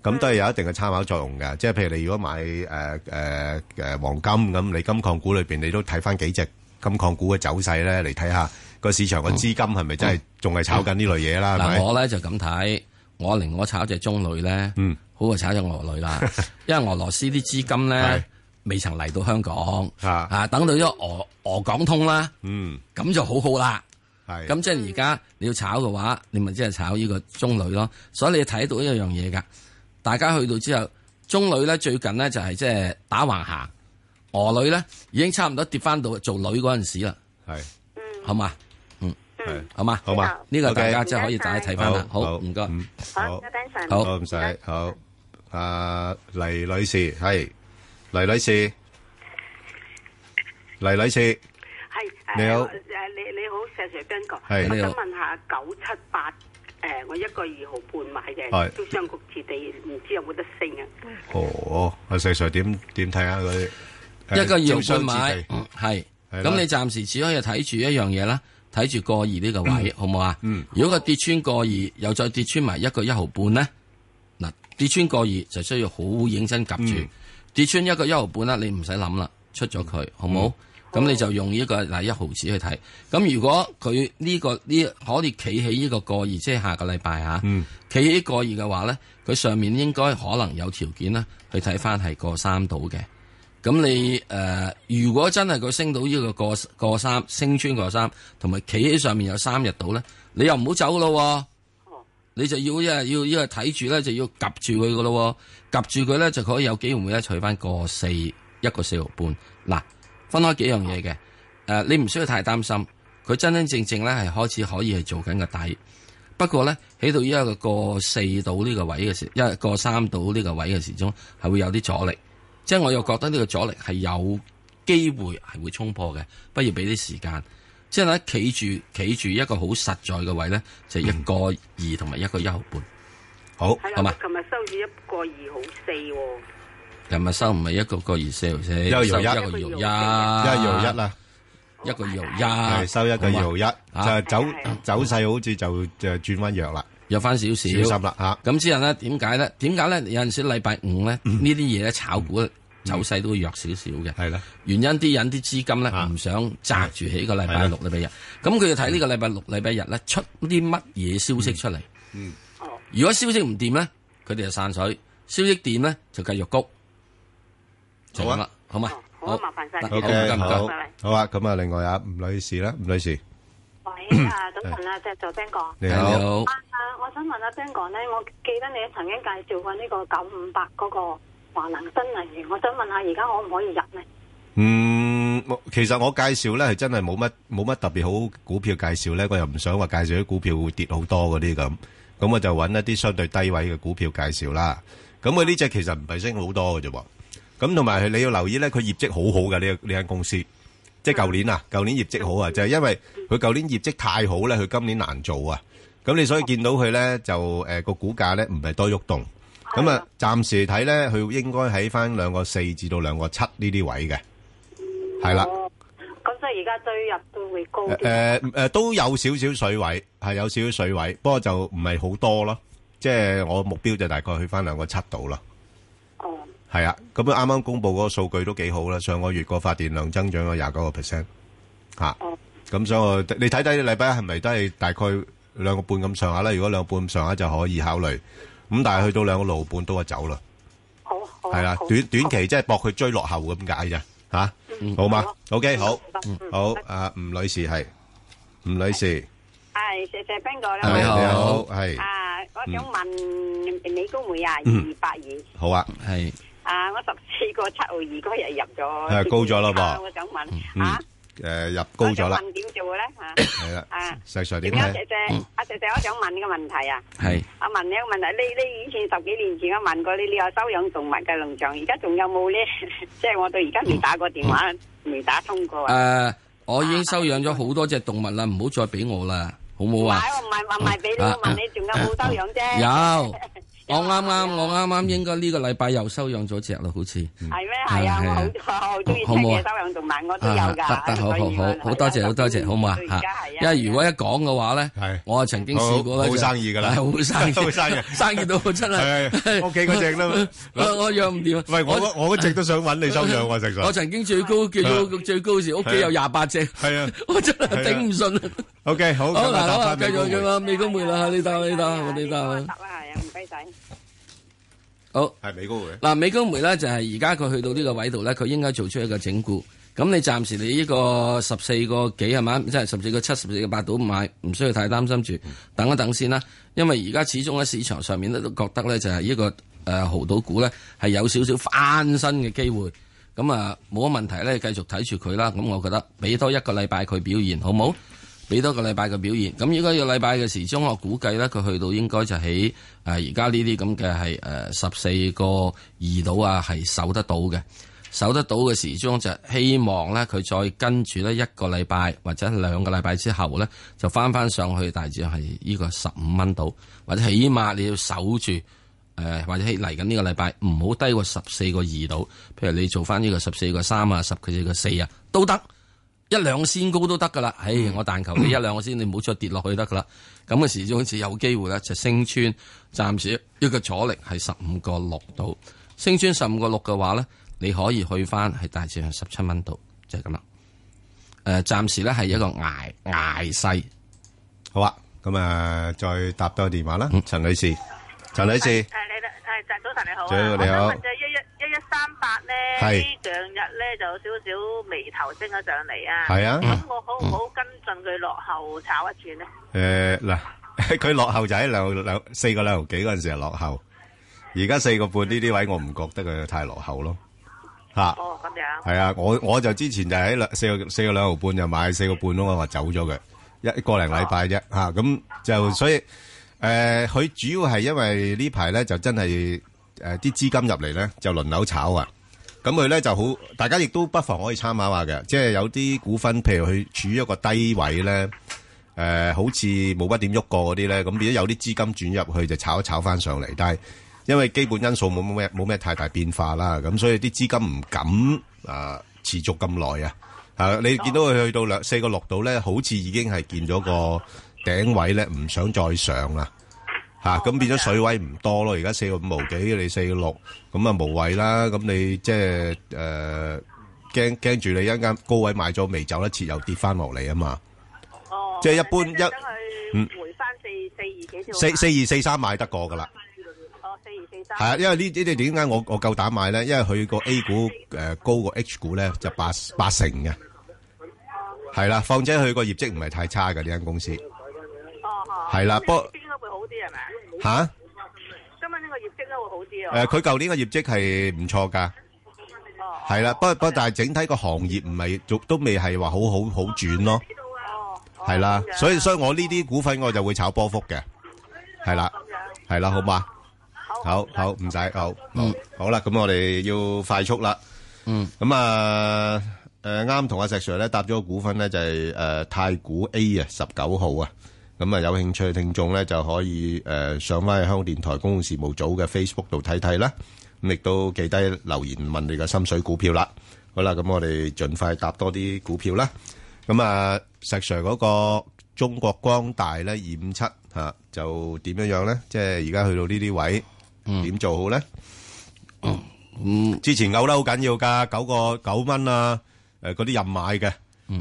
Speaker 3: 咁都係有一定嘅參考作用嘅。即係譬如你如果買誒誒誒黃金咁，你金礦股裏邊你都睇翻幾隻金礦股嘅走勢咧，嚟睇下個市場個資金係咪真係仲係炒緊呢類嘢啦？係
Speaker 4: 嗱，
Speaker 3: 咪？
Speaker 4: 我咧就咁睇，我寧我炒只中女咧，
Speaker 3: 嗯
Speaker 4: 好過炒只俄 女啦，因為俄羅斯啲資金
Speaker 3: 係
Speaker 4: 咧未曾嚟到香港，
Speaker 3: 啊
Speaker 4: 啊，等到咗俄俄港通啦，
Speaker 3: 嗯，
Speaker 4: 咁就好好啦。
Speaker 3: 係
Speaker 4: 咁即係而家你要炒嘅話，你咪即係炒呢個中女咯。所以你睇到一樣嘢㗎，大家去到之後，中女咧最近咧就係即係打橫行，俄女咧已經差唔多跌翻到做女嗰陣時啦，
Speaker 3: 係
Speaker 4: 好嘛？
Speaker 3: 係
Speaker 4: 好嘛？
Speaker 3: 好嘛，
Speaker 4: 呢個大
Speaker 3: OK
Speaker 4: 家即係可以大家睇翻啦。好，唔該。
Speaker 3: 嗯好
Speaker 6: 好，阿 Ben Sir，
Speaker 4: 好
Speaker 3: 好唔使好。啊，黎女士係黎女士，黎女士
Speaker 7: 係誒
Speaker 3: 你好
Speaker 7: 誒你你好，石 Sir 邊個？
Speaker 3: 係
Speaker 7: 我
Speaker 4: 你好
Speaker 7: 想問下九七八誒，我一個二毫半買
Speaker 3: 係
Speaker 7: 嘅，招商局置地，唔知有冇得升啊？
Speaker 3: 哦，阿石 Sir 點點睇下佢
Speaker 4: 一
Speaker 3: 誒
Speaker 4: 個要
Speaker 3: 招商
Speaker 4: 半
Speaker 3: 置
Speaker 4: 買
Speaker 3: 地，
Speaker 4: 嗯係。
Speaker 3: 係啦
Speaker 4: 咁你暫時只可以睇住一樣嘢啦，睇住過二呢個位，好唔好啊？
Speaker 3: 嗯
Speaker 4: 如果佢跌穿過二，又再跌穿埋一個一毫半咧，嗱，跌穿過二就需要好認真夾住。
Speaker 3: 嗯
Speaker 4: 跌穿一個一毫半啦，你唔使諗啦，出咗佢，好冇？咁你就用呢個嗱一毫子去睇。咁如果佢呢、個呢可以企起呢個過二，即係下個禮拜嚇，
Speaker 3: 嗯
Speaker 4: 企起過二嘅話咧，佢上面應該可能有條件啦，去睇翻係過三度嘅。咁你誒、呃如果真係佢升到呢個過過三，升穿過三，同埋企喺上面有三日到咧，你又唔好走咯喎
Speaker 7: 哦，
Speaker 4: 你就要一係要一係睇住咧，就要夾住佢噶咯喎，夾住佢咧就可以有機會咧取翻過四一個四毫半。嗱，分開幾樣嘢嘅，誒、呃你唔需要太擔心，佢真真正正咧係開始可以係做緊個底。不過咧，喺到依一個過四到呢個位嘅時，因為過三到呢個位嘅時鐘係會有啲阻力，即係我又覺得呢個阻力係有機會係會衝破嘅，不如俾啲時間。即係咧，企住企住一個好實在嘅位咧，就係一個二同埋一個一毫半。
Speaker 3: 好
Speaker 7: 係
Speaker 4: 好嘛
Speaker 7: 啦，我琴日收住一個二毫四喎。
Speaker 4: 琴日收唔係一個個二四毫四，
Speaker 3: 一個二
Speaker 4: 收
Speaker 3: 一
Speaker 4: 一
Speaker 3: 一
Speaker 4: 個二毫一，
Speaker 3: 搖一啦，
Speaker 4: 一個二毫一，
Speaker 3: 係收一個
Speaker 4: 好嘛
Speaker 3: 搖一，就走走勢好似就就轉翻弱啦，
Speaker 4: 有翻少少，
Speaker 3: 小心啦嚇。
Speaker 4: 咁之後咧，點解咧？點解咧？有陣時禮拜五咧，
Speaker 3: 嗯
Speaker 4: 呢啲嘢咧炒股走勢都會弱少少嘅。
Speaker 3: 係啦，
Speaker 4: 原因啲人啲資金咧
Speaker 3: 啊
Speaker 4: 唔想擲住喺個禮拜
Speaker 3: 係
Speaker 4: 六、
Speaker 3: 啦
Speaker 4: 禮拜日，咁佢要睇呢個禮拜六、禮拜日咧出啲乜嘢消息出嚟。
Speaker 3: 嗯
Speaker 7: 哦，
Speaker 4: 如果消息唔掂咧，佢哋就散水；消息掂咧，就繼續谷。就
Speaker 3: 好啊
Speaker 4: 咁啦，好嘛
Speaker 7: 哦？好啊麻煩晒
Speaker 4: 得
Speaker 3: O
Speaker 4: 好唔
Speaker 3: K，
Speaker 4: 該唔該
Speaker 3: 好，好啊。咁啊，另外啊，吳女士啦，吳女士，
Speaker 6: 喂，啊，早晨啊，即係做 Ben 哥。
Speaker 3: 你
Speaker 4: 係
Speaker 3: 好，
Speaker 4: 你好
Speaker 6: 啊，我想問阿 Ben 哥咧，我記得你曾經介紹過呢個九五八嗰個華能新能源，我想問下而家可唔可以入咧？
Speaker 3: 嗯，我其實我介紹咧係真係冇乜冇乜特別好股票介紹咧，我又唔想話介紹啲股票會跌好多嗰啲咁，咁我就揾一啲相對低位嘅股票介紹啦。咁佢呢只其實唔係升好多嘅啫喎，咁同埋你要留意咧，佢業績好好嘅呢個呢間公司，即係舊年啊，舊年業績好啊，就係因為佢舊年業績太好咧，佢今年難做啊。咁你所以見到佢咧就誒個股價咧唔係多喐動，咁啊暫時睇咧佢應該喺翻兩個四至到兩個七呢啲位嘅。係啦，
Speaker 6: 咁所以而家追入都會高啲。
Speaker 3: 诶诶都有少少水位，係有少少水位，不過就唔係好多咯。即係我目標就大概去翻兩個七度咯。
Speaker 6: 哦，
Speaker 3: 係啊，咁啱啱公布嗰個數據都幾好啦，上個月個發電量增長咗廿九個 percent 吓。
Speaker 6: 哦
Speaker 3: 咁所以我你睇睇禮拜一係咪都係大概兩個半咁上下啦？如果兩個半咁上下就可以考慮。咁但係去到兩個六毫半都係走啦，
Speaker 6: 好好。
Speaker 3: 係啦，
Speaker 6: 好
Speaker 3: 短短期即係搏佢追落後咁解啫吓，好嘛？OK，好，好，阿吳女士係吳女士。
Speaker 6: 係，謝謝 Ben 哥
Speaker 4: 你好
Speaker 3: 係你好，係
Speaker 5: À.
Speaker 6: 啊，我想問美高梅啊，
Speaker 3: 嗯
Speaker 6: 二八二
Speaker 3: 好啊，
Speaker 4: 係
Speaker 6: 啊，我十四個七號二嗰日入咗，
Speaker 3: 係高咗咯噃
Speaker 6: 啊我想問啊，
Speaker 3: 诶，入高咗
Speaker 6: 我
Speaker 3: 啦
Speaker 6: 想，問點做咧嚇？
Speaker 3: 係啦，
Speaker 6: 啊，
Speaker 3: 石 Sir 點
Speaker 6: 點解
Speaker 3: 睇？
Speaker 6: 謝謝
Speaker 5: à,
Speaker 6: 阿謝謝，我想問個問題啊，
Speaker 4: 係
Speaker 6: 我
Speaker 5: Ờ,
Speaker 6: 問你一個問題，呢呢以前十幾年前我問過你，你有收養動物嘅農場，而家仲有冇 咧？即係我到而家未打過電話，未打通過
Speaker 5: à.
Speaker 6: 啊。
Speaker 3: 嗯
Speaker 4: 誒，我已經收養咗好多隻動物啦，唔好再俾我啦，好
Speaker 6: 唔
Speaker 4: 冇
Speaker 6: 係
Speaker 4: 啊？Dạ.
Speaker 6: 我 唔係話賣俾你，我問你仲有冇收養啫。
Speaker 4: 有我啱啱我啱啱應該呢個禮拜又收養咗只啦，好似。
Speaker 6: 係咩？係啊，
Speaker 4: 係啊
Speaker 6: 我好我中意
Speaker 4: 好
Speaker 6: 聽
Speaker 4: 好唔
Speaker 6: 嘅
Speaker 4: 好啊
Speaker 6: 收養動漫，我都有
Speaker 4: 啊，
Speaker 6: 㗎。
Speaker 4: 得得，好好好，好多謝好多謝，好唔好啊？
Speaker 6: 嚇！
Speaker 4: 嚇因為如果一講嘅話咧
Speaker 3: 係，
Speaker 4: 我啊曾經試過咧，
Speaker 3: 好好生意㗎啦
Speaker 4: 係好生意，
Speaker 3: 好生意
Speaker 4: 生意到真係
Speaker 3: 係屋企嗰隻啦
Speaker 4: 我我養唔掂啊。
Speaker 3: 喂，我嗰我嗰隻都想揾你收養喎，食
Speaker 4: 我
Speaker 3: 實。
Speaker 4: 曾經最高叫做最高時，屋企有廿八隻，
Speaker 3: 啊係啊
Speaker 4: 我真係
Speaker 3: 係啊
Speaker 4: 頂唔順。
Speaker 3: O K，好，
Speaker 4: 好
Speaker 3: 咁啊
Speaker 4: 嗱，好
Speaker 3: 答
Speaker 4: 啊，
Speaker 3: 翻
Speaker 4: 繼
Speaker 3: 俾
Speaker 4: 續
Speaker 3: 佢
Speaker 4: 嘅。嘛，美
Speaker 5: Dạ,
Speaker 4: 高梅啦，你答你答，我
Speaker 6: 你
Speaker 4: 哋答。
Speaker 6: 得啦，係啊，唔該晒。
Speaker 4: 好。
Speaker 3: 係美高嘅。
Speaker 4: 嗱，美高梅咧就係而家佢去到呢個位度咧，佢應該做出一個整固。咁你暫時你呢個十四個幾係嘛，即係十四個七、十四個八度買，唔需要太擔心住，等一等先啦。因為而家始終喺市場上面咧都覺得咧就係呢個誒豪賭股咧係有少少翻身嘅機會。咁啊冇乜問題咧，繼續睇住佢啦。咁我覺得俾多一個禮拜佢表現好冇？俾多個禮拜嘅表現。咁應該個禮拜嘅時鐘，我估計咧，佢去到應該就喺誒而家呢啲咁嘅係誒十四個二度啊，係守得到嘅。守得到嘅時鐘就希望咧，佢再跟住咧一個禮拜或者兩個禮拜之後咧，就翻翻上去，大致係呢個十五蚊度，或者起碼你要守住誒、呃或者喺嚟緊呢個禮拜唔好低過十四個二度。譬如你做翻呢個十四個三啊，十四個四啊都得。一兩仙高都得噶啦，唉，
Speaker 3: 嗯
Speaker 4: 我但求你一兩個仙，你唔好再跌落去得噶啦。咁嘅時鐘好似有機會咧，就升穿暫時一個阻力係十五個六度，升穿十五個六嘅話咧，你可以去翻係大致上十七蚊度，就係咁啦。誒、暫時咧係一個捱捱勢，
Speaker 3: 好啊，咁啊，再答多個電話啦，陳女士，陳女士，
Speaker 9: 誒，你誒，就早晨你好啊！
Speaker 3: 早晨你好
Speaker 9: 我想問就一一一一三八咧，
Speaker 3: 係
Speaker 9: 呢兩日咧就有少少眉頭升咗上嚟啊！
Speaker 3: 係啊
Speaker 9: 咁我好唔好跟進佢落後炒一轉咧？
Speaker 3: 誒呃嗱， 佢落後就喺兩兩四個兩毫幾嗰陣時係落後，而家四個半呢啲位我唔覺得佢太落後咯，嚇。
Speaker 9: 哦，咁樣。
Speaker 3: 系啊，我我就之前就喺兩四個四個兩毫半就買四個半咯，我話走咗佢一一個零禮拜啫
Speaker 9: 哦
Speaker 3: 吓，咁、就所以诶，誒佢、主要係因為呢排咧就真係诶啲資金入嚟咧就輪流炒啊，咁佢咧就好，大家亦都不妨可以參考下嘅，即係有啲股份譬如佢處於一個低位咧。誒、呃好似冇乜點喐過嗰啲咧，咁變咗有啲資金轉入去就炒一炒翻上嚟，但係因為基本因素冇冇咩冇咩太大變化啦，咁所以啲資金唔敢啊、持續咁耐啊，啊你見到佢去到兩四個六度咧，好似已經係見咗個頂位咧，唔想再上啦。吓咁變咗水位唔多咯，而家四個五毫幾，你四個六，咁啊無謂啦。咁你即係誒驚驚住你一陣間高位買咗未走得切，又跌翻落嚟啊嘛。
Speaker 9: 哦，
Speaker 3: 即係一
Speaker 5: Ờ,
Speaker 3: 般
Speaker 9: 咁
Speaker 3: 一
Speaker 9: 等佢回翻四四二幾先好
Speaker 3: 四
Speaker 9: 買
Speaker 3: 四二四三買得過噶啦，
Speaker 5: Ờ,
Speaker 9: 哦，四二四三。
Speaker 3: 係啊，因為呢呢啲點解我我夠膽買咧？因為佢個 A 股誒、呃高過 H 股咧，就八八成嘅，係啦。況且佢個業績唔係太差嘅呢間公司
Speaker 9: 哦哦。
Speaker 3: 係啦
Speaker 9: 咁
Speaker 3: 不過
Speaker 9: 應該會好啲係咪啊？
Speaker 3: 吓，誒
Speaker 9: 今日呢個業績咧會好啲啊。
Speaker 3: 佢舊年嘅業績係唔錯㗎，
Speaker 9: 哦
Speaker 3: 係啦。不過不過但係整體個行業唔係都都未係話好好好轉咯，
Speaker 9: 哦。哦
Speaker 3: 係啦
Speaker 9: 咁。樣
Speaker 3: 所以所以我呢啲股份我就會炒波幅嘅，係啦，係啦，好嘛？好好唔使好，好好啦，咁我哋要快速啦。
Speaker 4: 嗯，
Speaker 3: 咁啊，誒啱同阿石 Sir 咧搭咗個股份咧就係誒太古 A 啊，十九號啊，咁啊有興趣嘅聽眾咧就可以誒上翻去香港電台公共事務組嘅 Facebook 度睇睇啦，咁亦都記低留言問你嘅心水股票啦。好啦，咁我哋盡快搭多啲股票啦。咁啊，石 Sir 嗰個中國光大咧二五七嚇就點樣樣咧？即係而家去到呢啲位點做好咧？
Speaker 4: 咁
Speaker 3: 之前嘔得好緊要㗎，九個九蚊啊，誒嗰啲任買嘅，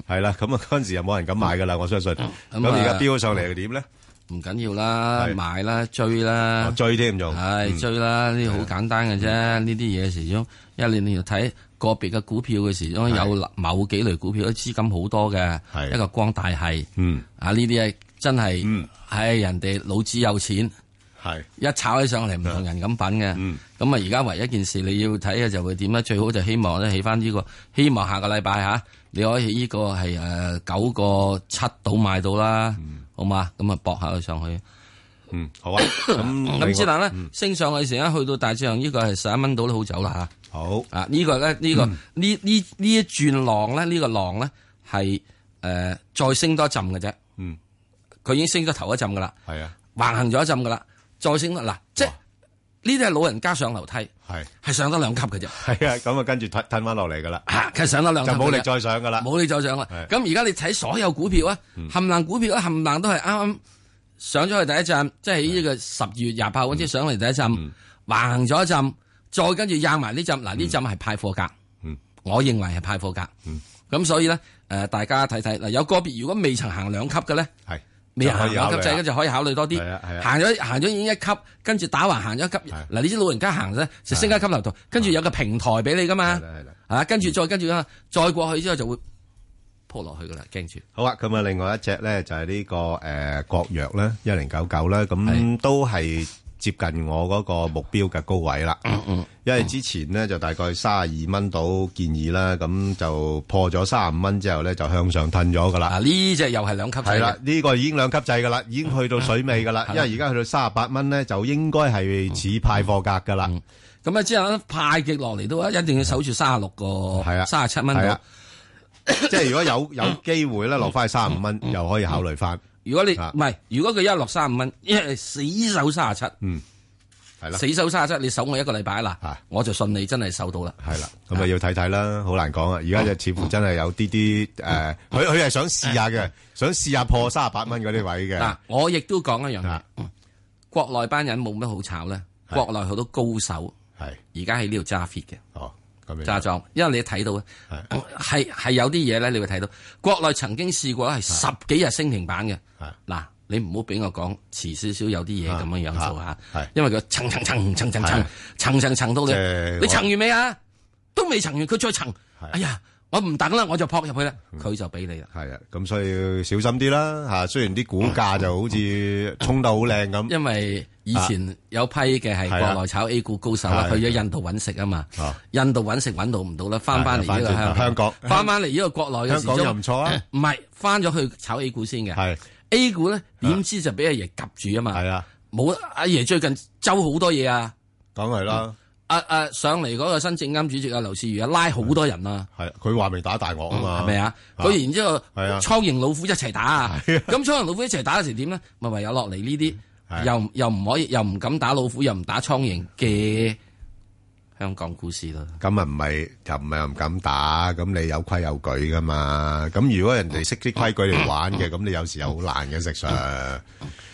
Speaker 3: 係啦，咁啊嗰陣時又冇人敢買㗎啦，我相信。咁
Speaker 4: 啊
Speaker 3: 而家飆咗上嚟又點咧？
Speaker 4: 唔緊要啦，
Speaker 3: 係
Speaker 4: 買啦，追啦
Speaker 3: 我。追添仲，
Speaker 4: 唉，
Speaker 3: 嗯
Speaker 4: 追啦，呢啲好簡單嘅啫。呢啲嘢時鐘，因為你要睇個別嘅股票嘅時鐘，
Speaker 3: 係
Speaker 4: 有某幾類股票啲資金好多嘅，
Speaker 3: 係
Speaker 4: 一個光大係，
Speaker 3: 嗯
Speaker 4: 啊呢啲係真係
Speaker 3: 嗯，
Speaker 4: 唉人哋老子有錢，
Speaker 3: 係
Speaker 4: 一炒起上嚟唔同人咁品嘅。
Speaker 3: 嗯
Speaker 4: 咁啊，而家唯一一件事你要睇嘅就會點咧？最好就希望咧起翻呢個，希望下個禮拜嚇你可以呢個係誒九個七到買到啦，好嘛？咁啊搏下佢上去。
Speaker 3: 嗯好啊，咁
Speaker 4: 咁
Speaker 3: 另外
Speaker 4: 之但咧，升上去時咧，去到大致上呢個係十一蚊到都好走啦嚇。
Speaker 3: 好
Speaker 4: 啊，呢個咧，呢個
Speaker 3: 嗯
Speaker 4: 呢呢呢一轉浪咧，呢個浪咧係誒再升多一浸嘅啫。
Speaker 3: 嗯，
Speaker 4: 佢已經升咗頭一浸噶啦，
Speaker 3: 係啊，
Speaker 4: 橫行咗一浸噶啦，再升多嗱，即係啲係老人家上樓梯，
Speaker 3: 係，係啊，咁啊，跟住褪-
Speaker 4: 係上得兩級嘅啫，
Speaker 3: 啊
Speaker 4: 嚇，其實上得兩級嘅啫
Speaker 3: 褪返落嚟㗎啦，就冇力再上㗎啦。
Speaker 4: 冇你再上啦。
Speaker 3: 啊係嗯
Speaker 4: 咁而家你睇所有股票啊，冚唪唥股票啊，冚唪唥都係啱啱上咗去第一站，即係喺呢個十二月廿八號
Speaker 3: 嗯
Speaker 4: 先上嚟第一站，橫咗一陣，再跟住掗埋呢陣。嗱呢陣係派貨格
Speaker 3: 嗯，
Speaker 4: 我認為係派貨格。咁所以咧，誒大家睇睇嗱，有個別如果未曾行兩級嘅咧。
Speaker 3: 係，
Speaker 4: 未行
Speaker 3: 就可以考慮啦。
Speaker 4: 兩級制，跟住可以考慮多
Speaker 3: 係啊係
Speaker 4: 啲。
Speaker 3: 啊
Speaker 4: 行咗行咗已經一級，跟住打橫行咗一級。
Speaker 3: 係
Speaker 4: 嗱，你啲老人家行咧就升一級樓道，跟住有個平台俾你噶嘛。
Speaker 3: 係啦，係啦。
Speaker 4: 啊，跟住再跟住啊，再過去之後就會撲落去噶啦，驚住。
Speaker 3: 好啊，咁啊，另外一隻咧就係呢、個誒、呃、國藥啦，一零九九啦，咁
Speaker 4: 係
Speaker 3: 都係接近我嗰個目標嘅高位啦。因為之前咧就大概三十二蚊到建議啦，咁就破咗三十五蚊之後咧就向上褪咗噶啦。
Speaker 4: 嗱，啊呢只又係兩級制
Speaker 3: 啊係啦
Speaker 4: 嘅，，
Speaker 3: 呢、個已經兩級制噶啦，已經去到水尾噶啦。因嗯
Speaker 4: 係
Speaker 3: 為
Speaker 4: 啦
Speaker 3: 而家去到三十八蚊咧，就應該係似派貨格噶啦。
Speaker 4: 咁啊之後咧派極落嚟都一定要守住三十六個
Speaker 3: 係啊，、
Speaker 4: 三十七蚊
Speaker 3: 係
Speaker 4: 度
Speaker 3: 啊。。即係如果 有有機會咧，落翻去三十五
Speaker 4: 嗯
Speaker 3: 蚊，又可以考慮翻。
Speaker 4: 如果你
Speaker 3: 啊
Speaker 4: 唔係，如果佢一落三十五蚊，一係死守三十七，
Speaker 3: 嗯，係啦。
Speaker 4: 死守三十七，你守我一個禮拜嗱
Speaker 3: 啊，
Speaker 4: 我就信你真係守到啦。
Speaker 3: 系啦，咁啊要睇睇啦，好難講啊！而家就似乎真係有啲啲诶，
Speaker 4: 嗯
Speaker 3: 呃佢佢係想試下嘅，想試下破三十八蚊嗰啲位嘅。
Speaker 4: 嗱，啊我亦都講一樣嘢
Speaker 3: 啊，
Speaker 4: 國內班人冇乜好炒咧，
Speaker 3: 係
Speaker 4: 國內好多高手
Speaker 3: 係
Speaker 4: 而家喺呢度揸 fit 嘅
Speaker 3: 哦，咁樣
Speaker 4: 揸莊，因為你睇到啊
Speaker 3: 係
Speaker 4: 係係有啲嘢咧，你會睇到國內曾經試過係十幾日升停板嘅
Speaker 3: 係。
Speaker 4: 嗱，你唔好俾我講遲少少有啲嘢咁樣樣做
Speaker 3: 啊
Speaker 4: 下
Speaker 3: 係，
Speaker 4: 因為佢層層層層層
Speaker 3: 係
Speaker 4: 層層層層到
Speaker 3: 即係
Speaker 4: 你，你
Speaker 3: 我嗯
Speaker 4: 層完未啊？都未層完，佢再層
Speaker 3: 係，
Speaker 4: 哎呀，我唔等啦，我就撲入去啦，
Speaker 3: 嗯
Speaker 4: 佢就俾你啦。
Speaker 3: 係啊，咁所以要小心啲啦吓。雖然啲股價就好似衝到好靚咁，
Speaker 4: 因為以前有批嘅係
Speaker 3: 係啊
Speaker 4: 國內炒 A 股高手啦，
Speaker 3: 係
Speaker 4: 去咗印度揾食啊嘛
Speaker 3: 哦，
Speaker 4: 印度揾食揾到唔到啦，翻翻嚟
Speaker 3: 係
Speaker 4: 呢
Speaker 3: 啊
Speaker 4: 個
Speaker 3: 返轉頭
Speaker 4: 香港，
Speaker 3: 香港
Speaker 4: 翻翻嚟呢個國內嘅
Speaker 3: 香
Speaker 4: 時啊
Speaker 3: 港又唔
Speaker 4: 鐘，
Speaker 3: 錯 啊。
Speaker 4: 唔係翻咗去炒 A 股先嘅
Speaker 3: 係
Speaker 4: ，A 股咧點知就俾阿爺及住啊
Speaker 3: 係
Speaker 4: 嘛，
Speaker 3: 啊，
Speaker 4: 冇阿爺最近周好多嘢啊，
Speaker 3: 講係啦，
Speaker 4: 阿阿上嚟嗰個新證監主席阿劉士餘啊拉好多人啊。
Speaker 3: 係佢話未打大鱷啊嘛，
Speaker 4: 係咪啊？
Speaker 3: 啊
Speaker 4: 佢然之後，
Speaker 3: 係啊
Speaker 4: 蒼蠅老虎一齊打啊！咁蒼蠅老虎一齊打嗰時點咧？咪唯有落嚟呢
Speaker 3: 嗯係
Speaker 4: 啲，又又唔可以，又唔敢打老虎，又唔打蒼蠅嘅香港股市咯。
Speaker 3: 咁啊唔係就唔係唔敢打，咁你有規有矩噶嘛？咁如果人哋識啲規矩嚟玩嘅，咁你有時又好難嘅食上，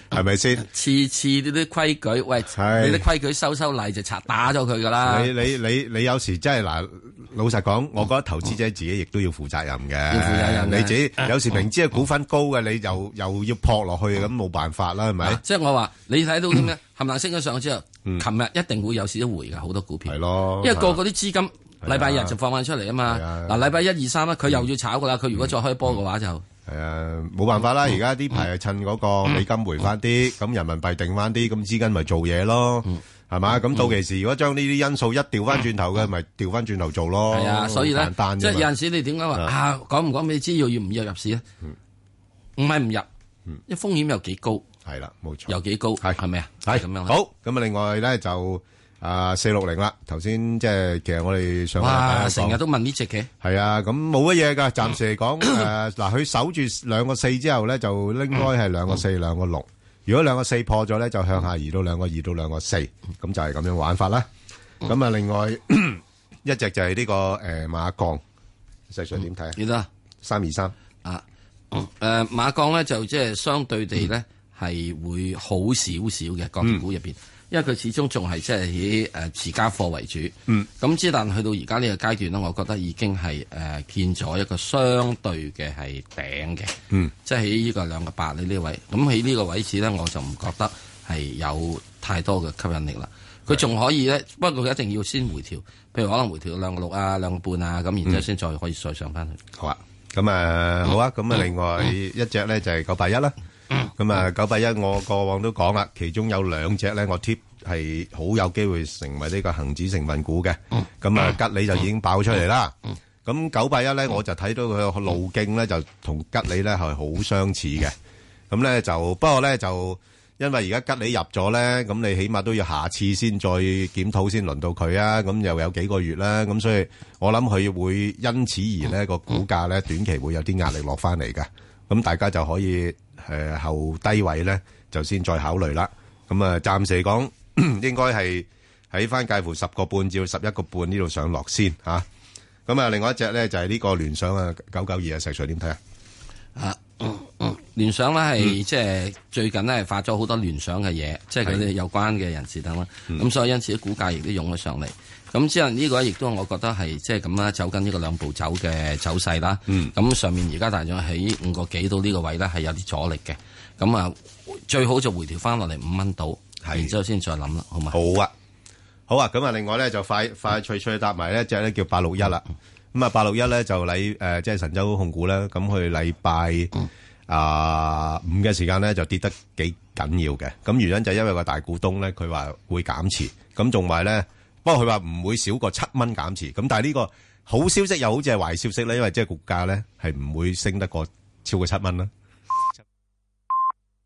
Speaker 3: 係咪先？
Speaker 4: 次次呢啲規矩，喂，
Speaker 3: 係
Speaker 4: 你啲規矩收收例就拆打咗佢噶啦，
Speaker 3: 你你你你有時真係嗱，老實講，我覺得投資者自己亦都要負責任嘅。
Speaker 4: 要負責任嘅啊
Speaker 3: 你自己有時明知係股份高嘅，你又又要撲落去，咁冇辦法啦，係嗯咪
Speaker 4: 啊？即係我話你睇到點咧？冚唪唥升咗上去之後，琴日一定會有少少回嘅，好多股票
Speaker 3: 係。咯，
Speaker 4: 因為個個啲資金禮拜日就放翻出嚟啊嘛。
Speaker 3: 係啊嗯
Speaker 4: 嗱，禮拜一二三咧，佢又要炒噶啦。佢如果再開波嘅話就。
Speaker 3: 係啊，冇辦
Speaker 4: 嗯
Speaker 3: 法啦。而家啲排係趁嗰個美金回翻啲，咁人民幣定翻啲，咁資金咪做嘢咯，
Speaker 4: 嗯
Speaker 3: 係嘛？咁到期時如果將呢啲因素一調翻轉頭嘅，咪調翻轉頭做咯。
Speaker 4: 系嗯啊，所以
Speaker 3: 哦好
Speaker 4: 咧
Speaker 3: 簡，單
Speaker 4: 即
Speaker 3: 啫
Speaker 4: 係
Speaker 3: 嘛
Speaker 4: 有阵时你點解話
Speaker 3: 啊嗯
Speaker 4: 啊，講唔講俾你知要要唔要入市咧？啊唔係唔入，因為風險有幾高，
Speaker 3: 係啦，冇錯。
Speaker 4: 有幾高，
Speaker 3: 嗯係
Speaker 4: 係咪啊？
Speaker 3: 係
Speaker 4: 咁樣。，
Speaker 3: 好，咁啊，另外呢，就，啊，460啦，頭先即係其實我哋上個禮拜都
Speaker 4: 哇，
Speaker 3: 啊講。
Speaker 4: 成日都問呢只嘅，
Speaker 3: 係啊，咁冇乜嘢㗎，暫時嚟講，誒，嗱，佢守住兩個四之後呢，就應該係兩個四兩個六。如果兩個四破咗呢，就向下移到兩個二到兩個四，咁就係咁樣玩法啦。咁啊，另外，一隻就係呢個，誒，馬鋼。石Sir點睇啊？
Speaker 4: 記得
Speaker 3: 323
Speaker 4: 啊？诶，马钢咧就即係相對地咧係會好少少嘅國企股入边，因為佢始終仲係即係以诶持家貨為主。嗯，咁之但去到而家呢個階段咧，我覺得已經係诶見咗一個相對嘅係頂嘅。即係喺呢個兩個八呢呢位，咁喺呢個位置咧，我就唔覺得係有太多嘅吸引力啦。佢仲可以咧，不過佢一定要先回調，譬如可能回調到兩個六啊、兩個半啊，咁然之後先再可以再上翻去。
Speaker 3: 好啊，咁啊好啊，咁啊另外一隻咧就係九八一啦，咁啊九八一我過往都講啦，其中有兩隻咧我 tip 係好有機會成為呢個恒指成分股嘅，咁啊吉利就已經爆出嚟啦，咁九八一咧我就睇到佢個路徑咧就同吉利咧係好相似嘅，咁咧就不過咧就。因為而家吉利入咗咧，咁你起碼都要下次先再檢討，先輪到佢啊！咁又有幾個月啦，咁所以我諗佢會因此而咧個股價咧短期會有啲壓力落翻嚟嘅，咁大家就可以誒、呃、後低位咧就先再考慮啦。咁啊，暫時嚟講應該係喺翻介乎十個半至到十一個半呢度上落 先嚇。咁啊，另外一隻咧就係呢個聯想啊，九九二啊，石 Sir 點睇啊？
Speaker 4: 啊，聯想咧係即係最近咧係發咗好多聯想嘅嘢，即係佢哋有關嘅人士等啦。咁所以因此啲股價亦都湧咗上嚟。咁之後呢個亦都我覺得係即係咁啦，走緊呢個兩步走嘅走勢啦。咁上面而家大約喺五個幾到呢個位咧係有啲阻力嘅。咁啊，最好就回調翻落嚟五蚊度，然之後先再諗啦，好嘛？
Speaker 3: 好啊，好啊，咁啊，另外咧就快快脆脆搭埋呢只咧叫八六一啦。
Speaker 4: 嗯
Speaker 3: 咁啊，八六一咧就禮誒，即係神州控股咧，咁佢禮
Speaker 4: 嗯
Speaker 3: 拜啊五嘅時間咧就跌得幾緊要嘅。咁原因就係因為個大股東咧，佢話會減持，咁仲埋咧，不過佢話唔會少過七蚊減持。咁但係呢個好消息又好似係壞消息咧，因為即係股價咧係唔會升得過超過七蚊啦。